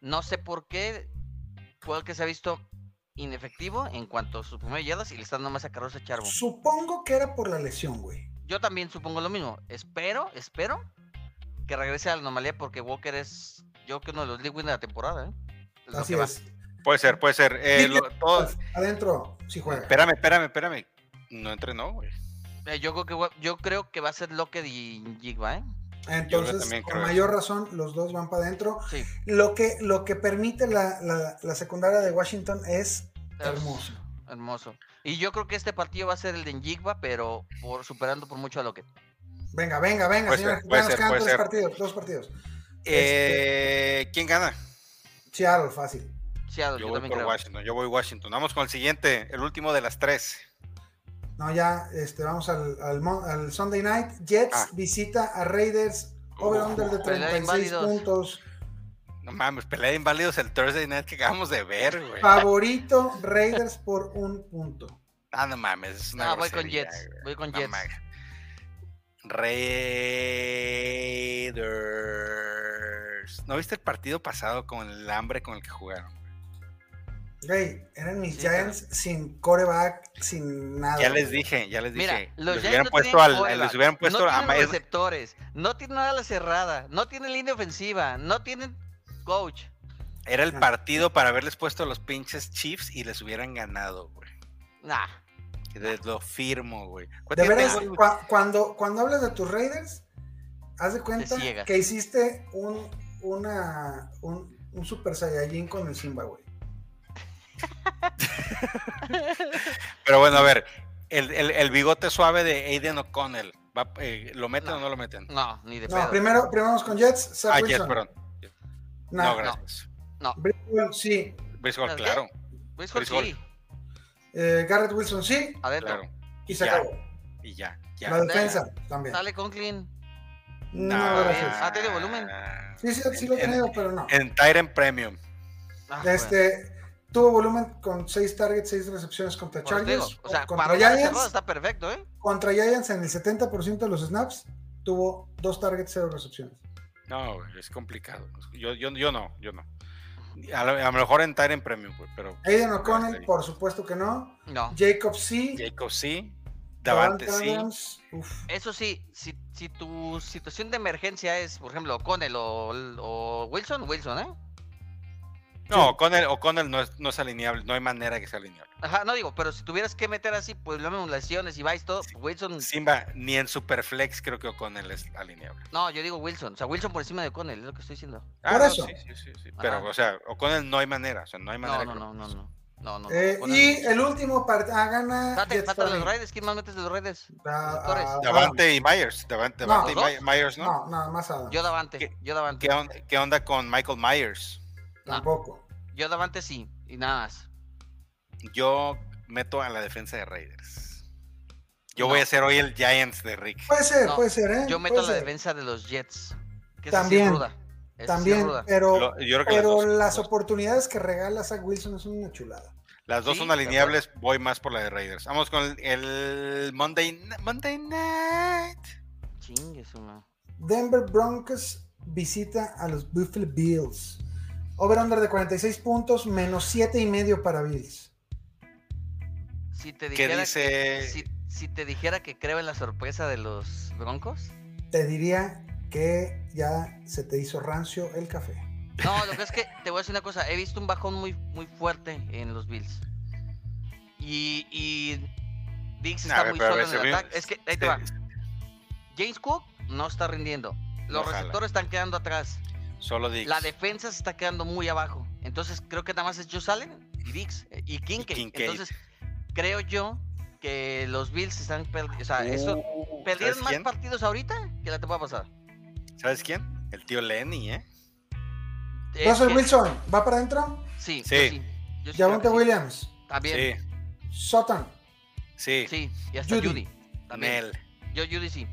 no sé por qué Walker se ha visto inefectivo en cuanto a sus primeras yardas y le están nomás a Carlos Charbo.
Supongo que era por la lesión, güey.
Yo también supongo lo mismo. Espero, espero que regrese a la anomalía porque Walker es, yo creo que uno de los league winners de la temporada. ¿eh? Lo
Así
que va.
es. Pues,
Puede ser, puede ser. Eh, lo- todo-
Adentro, si juega.
Espérame, espérame, espérame. No entrenó, güey.
Eh, Yo creo que wa- yo creo que va a ser Lockett y Jigba, ¿eh?
Entonces,
también
con
creo
mayor razón, los dos van para adentro.
Sí.
Lo que, lo que permite la, la- la secundaria de Washington es
Pues,
hermoso.
Hermoso. Y yo creo que este partido va a ser el de Njigba, pero por, superando por mucho a Lockett.
Venga, venga, venga,
Puede
señores.
ser,
Ya
puede
nos
ser,
quedan
puede
tres
ser.
partidos, dos partidos.
Eh, ¿Quién gana?
Seattle, fácil.
Seattle,
Yo
Este- yo,
voy por
también creo.
Washington, yo voy Washington. Vamos con el siguiente, el último de las tres.
No, ya, este, vamos al, al mon- al Sunday Night. Jets
Ah.
visita a Raiders. Over-under de
pelea
36
inválidos.
puntos.
No mames, pelea de inválidos el Thursday night que acabamos de ver, güey.
Ah. Favorito Raiders por un punto.
Ah, no mames, es una
Ah, voy con
grosería,
Jets.
güey.
Voy con
No
Jets.
mames. Raiders. ¿No viste el partido pasado con el hambre con el que jugaron?
Güey, eran mis
Sí,
Giants sin coreback, sin nada.
Ya les dije, ya les dije.
Mira, los
les,
Giants
hubieran
no
puesto
tienen
al,
quarterback,
les hubieran puesto
no
a
tienen
Ma- es-
receptores, no tienen nada a la cerrada, no tienen línea ofensiva, no tienen coach.
Era el
Ah.
partido para haberles puesto a los pinches Chiefs y les hubieran ganado, güey.
Nah.
Les lo firmo, güey.
De
Cuéntate,
veras,
güey.
cua- cuando, cuando hablas de tus Raiders, haz de cuenta
ciegas.
que hiciste un, una, un, un Super Saiyajin con el Simba, güey.
Pero bueno, a ver, el, el- el bigote suave de Aiden O'Connell, ¿va- eh, ¿lo meten
No.
o no lo meten?
No, ni de
No,
pedo.
primero, primero vamos con Jets, Zach
Ah, Jets,
Wilson.
perdón.
No,
No, gracias.
Briscoe, sí.
Briscoe,
¿Las qué?
claro,
Luis Jorge,
Luis
sí,
Eh, Garrett Wilson, sí.
adentro.
claro.
Y se
Ya,
acabó.
Y ya, ya.
La defensa también.
Sale Conklin.
No,
Nah.
gracias.
Ah, tiene volumen.
Sí, sí, sí lo he
En-
tenido, pero no.
En Tyrant Premium.
Ah, bueno.
Este, tuvo volumen con 6 targets, 6 recepciones contra
Por eso te
Chargers.
digo, o sea, para
contra
un ala cerrada
Giants,
está perfecto, ¿eh?
contra Giants en el 70% de los snaps, tuvo 2 targets, 0 recepciones.
No, güey, es complicado. Yo, yo, yo no, yo no. A lo, a lo mejor en Tyrant Premium, güey, pero
Aiden O'Connell, por supuesto que no.
No.
Jacob sí.
Jacob sí, Davante
Davante
sí.
Adams, uf.
Eso sí, si, si tu situación de emergencia es, por ejemplo, Connell o, o Wilson, Wilson, ¿eh?
No, O'Connell, O'Connell no, es, no es alineable, no hay manera que sea alineable.
Ajá, no digo, pero si tuvieras que meter así, pues lo mismo, lesiones y vais todo, Wilson.
Simba, ni en Superflex creo que O'Connell es alineable. Ah,
No, yo digo Wilson. O sea, Wilson por encima de Connell, es lo que estoy diciendo.
Por
no,
eso.
sí, sí, sí, sí, Pero,
Ajá.
o sea, O'Connell no hay manera, o sea, no hay manera.
No,
que
no,
lo-
no, no, no. No, no.
Eh, y el último partido. Ah, gana.
Date,
Jets
date los
Tony.
Raiders. ¿Quién más metes de los Raiders?
Ah,
Corres.
ah,
Davante y Myers, Davante,
No,
Davante y
¿no?
May- Myers, ¿no?
No, nada más Adams.
Yo Davante.
¿Qué-
Yo Davante.
¿Qué, on- qué onda con Michael Myers?
Tampoco.
Yo Davante sí. Y nada más.
Yo meto a la defensa de Raiders. Yo
No.
voy a ser hoy el Giants de Rick.
Puede ser,
No,
puede ser, ¿eh?
Yo meto
Puede
la
ser.
defensa de los Jets. Que
También,
Es ruda. Esa sí es
También,
ruda.
pero,
Lo- yo creo que
pero
las dos,
las
las dos.
oportunidades que regala Zach Wilson son una chulada.
Las dos
Sí,
son
de acuerdo.
alineables, voy más por la de Raiders. Vamos con el, el Monday, Monday Night.
Chingue su madre.
Denver Broncos visita a los Buffalo Bills. Over-under de 46 puntos, menos 7 y medio para Bills.
Si te dijera dice... que, si, si te dijera que creo en la sorpresa de los Broncos,
te diría que ya se te hizo rancio el café.
No, lo que es que te voy a decir una cosa, he visto un bajón muy, muy fuerte en los Bills. Y, y Diggs está nah, muy solo en el ataque. Me... Es que ahí te
eh,
va. James Cook no está rindiendo. Los Ojalá. receptores están quedando atrás.
Solo Diggs.
La defensa se está quedando muy abajo. Entonces creo que nada más es Joe Salen y Diggs eh, y Kincaid. Y Entonces creo yo que los Bills están perdiendo. O sea, uh, eso, perdieron más quién? partidos ahorita que la temporada pasada.
¿Sabes quién? El tío Lenny, ¿eh?
Es Russell que... Wilson, ¿va para adentro?
Sí,
sí.
sí. Javonte Williams.
También.
Sí. Sutton.
Sí.
Sí, y hasta Judy. Judy
también. Mel.
Yo, Judy, sí.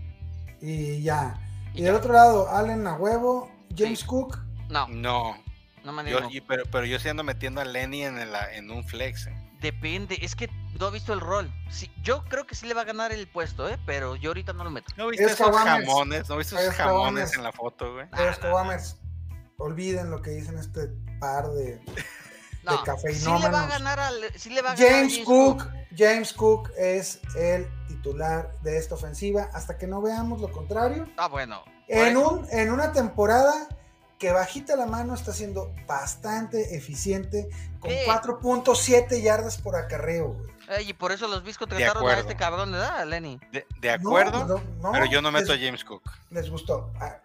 Y ya. Y, y del ya. otro lado, Allen a huevo, James sí. Cook.
No.
No.
No me yo,
y, pero, pero, Mm, yo sí ando metiendo a Lenny en, la, en un flex. ¿eh?
Depende, es que no ha visto el rol. Sí, yo creo que sí le va a ganar el puesto, ¿eh? pero yo ahorita no lo meto.
¿No viste esos jamones? ¿No viste esos jamones en la foto, güey?
Nah, nah. olviden lo que dicen este par de, no, de cafeinómanos.
Sí le va a ganar, al, sí le va a
ganar James, James Cook. James Cook es el titular de esta ofensiva hasta que no veamos lo contrario.
Ah, bueno.
En, un, en una temporada que bajita la mano está siendo bastante eficiente con 4.7 yardas por acarreo.
Ey, y por eso los Bills contrataron a este cabrón, ¿verdad, Lenny?
De, de acuerdo, no, no, pero yo no meto
les,
a James Cook.
Les gustó. Ah,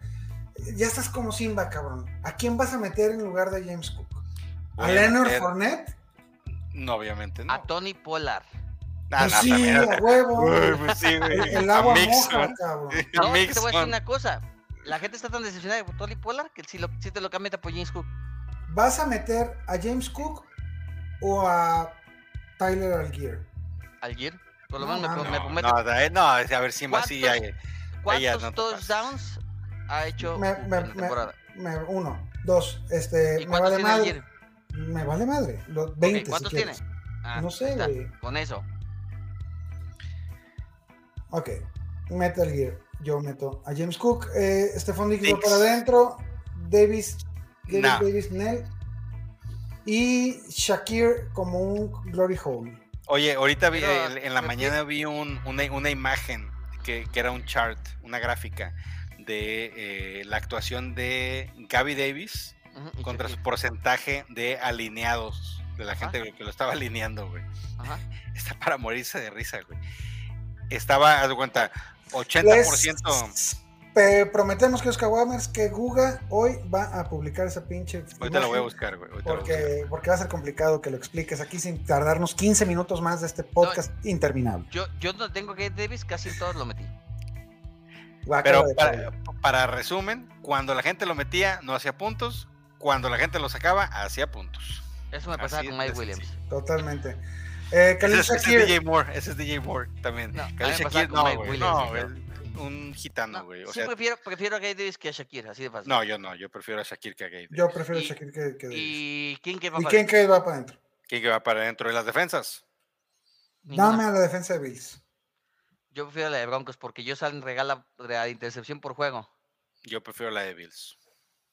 Ya estás como Simba, cabrón. ¿A quién vas a meter en lugar de James Cook? ¿A, ¿A Leonard
eh,
Ed... Fournette?
No, obviamente no. Ah,
A Tony Pollard.
Nah, pues nah, sí, también, a huevo.
Pues sí,
el, el, agua moja, cabrón.
No, te voy a decir una cosa la gente está tan decepcionada de Tony Pollard que si, lo, si te lo cambian por James Cook.
¿Vas a meter a James Cook o a Tyler Algier?
¿Algier? Por lo menos no, me,
no, me no, no, a ver si más sí hay.
¿Cuántos no touchdowns ha hecho me, me, en la temporada?
uno, dos, este,
¿Y
me vale
tiene
madre. Algier? Me vale madre, los 20 okay,
¿Cuántos
si
tiene?
Ah, no sé, güey.
Con eso.
Ok, Metal Gear yo meto a James Cook, eh, Stephon Diggs va para adentro, Davis, Davis, nah. Davis Nell y Shakir como un glory hole.
Oye, ahorita vi, Pero, el, en la mañana vi un, una, una, imagen que, que, era un chart, una gráfica de eh, la actuación de Gaby Davis uh -huh, contra su porcentaje de alineados, de la gente Ajá. que lo estaba alineando, güey. Ajá. Está para morirse de risa, güey. Estaba, haz de cuenta, 80%. Les,
eh, prometemos que Oscar Wamers que Guga hoy va a publicar esa pinche.
Ahorita lo voy a buscar, güey.
Porque, buscar. porque va a ser complicado que lo expliques aquí sin tardarnos 15 minutos más de este podcast no, interminable.
Yo, yo no tengo que Davis, casi todos lo metí.
Pero para, para, resumen, cuando la gente lo metía, no hacía puntos. Cuando la gente lo sacaba, hacía puntos.
Eso me pasaba Así con Mike Williams. Sí.
Totalmente. Eh,
ese, es, ese, es, DJ Moore, ese es DJ Moore también. No, Shakir, no, güey, no, un gitano, güey. No,
sí, sea... prefiero, prefiero, a Gay Davis que a Shakir, así de fácil.
No, yo no, yo prefiero a Shakir que a Gay Davis.
Yo prefiero a Shakir que, que
Davis. ¿Y quién que
va, para, quién que va para adentro?
¿Quién que va para adentro? ¿Y las defensas?
Ninguna. Dame a la defensa de Bills.
Yo prefiero la de Broncos porque yo salen regala de intercepción por juego.
Yo prefiero la de Bills.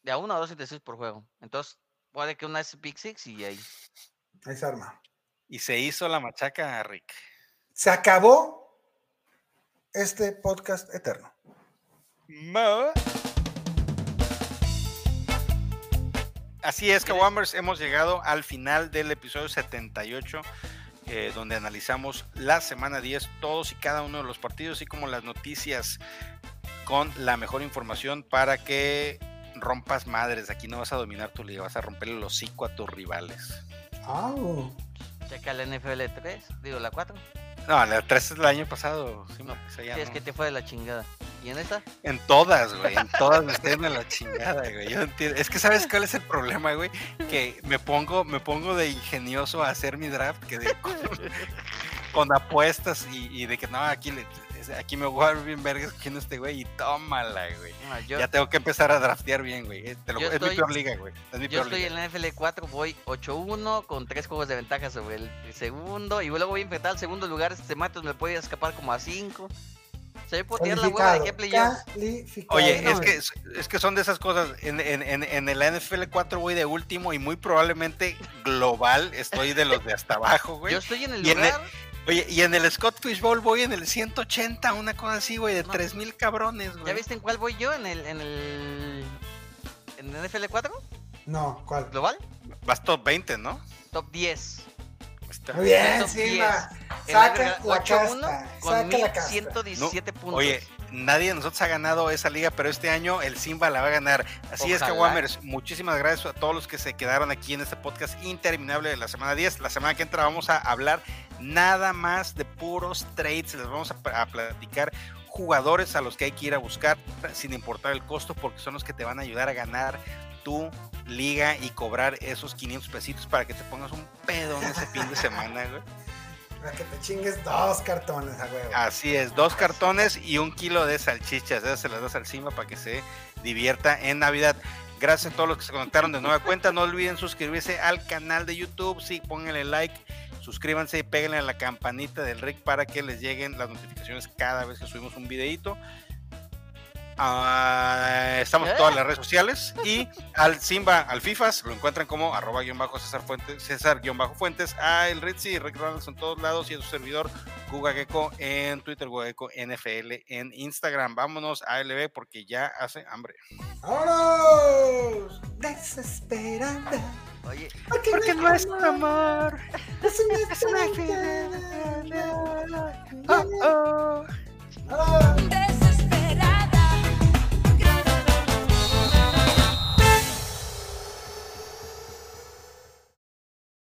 De a una o dos intercepciones por juego. Entonces, puede que una es Big Six y ahí.
Ahí se arma.
Y se hizo la machaca, Rick.
Se acabó este podcast eterno.
Ma. Así es, Kawamers, hemos llegado al final del episodio 78. Eh, donde analizamos la semana 10, todos y cada uno de los partidos, así como las noticias con la mejor información para que rompas madres. Aquí no vas a dominar tu liga, vas a romperle el hocico a tus rivales.
Oh.
Checa la NFL 3, digo la 4.
No, la 3 es el año pasado. Sí, no, pues
sí, es no. que te fue de la chingada. ¿Y en esta?
En todas, güey. En todas me estoy de la chingada, güey. Yo entiendo. Es que sabes cuál es el problema, güey. Que me pongo, me pongo de ingenioso a hacer mi draft que de, con, con, apuestas y, y, de que no, aquí le, aquí me voy a ver bien vergas cogiendo este güey y tómala, güey. No, yo, ya tengo que empezar a draftear bien, güey. eh, Te lo, es estoy, mi peor liga, güey. Es mi
yo
peor
estoy
liga.
en la NFL 4, voy 8-1 con tres juegos de ventaja sobre el segundo y luego voy a enfrentar al segundo lugar. Este mato me puede escapar como a 5. Se ve putear la hueva de Kepley Jones.
Oye, no, es, que, es que son de esas cosas. En, en, en, en el NFL 4 voy de último y muy probablemente global estoy de los de hasta abajo, güey.
Yo estoy en el lugar...
Oye, y en el Scott Fish Bowl voy en el 180, una cosa así, güey, de no. 3000 cabrones, güey.
¿Ya viste en cuál voy yo? ¿En el. en el. en el NFL4?
No, ¿cuál?
¿Global?
Vas top 20, ¿no?
Top 10.
Está Muy bien, top Silva. 10. Saca la casta.
Con 117 no, puntos.
Oye, nadie de nosotros ha ganado esa liga, pero este año el Simba la va a ganar. Así Ojalá. es que, Wammers, muchísimas gracias a todos los que se quedaron aquí en este podcast interminable de la semana 10. La semana que entra vamos a hablar nada más de puros trades. Les vamos a, a platicar jugadores a los que hay que ir a buscar sin importar el costo, porque son los que te van a ayudar a ganar tu liga y cobrar esos 500 pesitos para que te pongas un pedo en ese fin de semana, güey.
Para que te chingues dos cartones a huevo.
Así es, dos cartones y un kilo de salchichas. Esas se las das al Simba para que se divierta en Navidad. Gracias a todos los que se conectaron de nueva cuenta. No olviden suscribirse al canal de YouTube. Sí, pónganle like, suscríbanse y péguenle a la campanita del RIC para que les lleguen las notificaciones cada vez que subimos un videito. Uh, estamos en todas las redes sociales y al Simba, al Fifas, lo encuentran como arroba guión bajo César Fuentes, César guión bajo Fuentes, a el Ritzy, Rick Ronalds en todos lados y a su servidor Guga Gecko en Twitter, Guga Gecko NFL en Instagram. Vámonos a LB porque ya hace hambre.
¡Vámonos! Desesperada.
Oye,
porque,
porque
no es amor. Es una, es una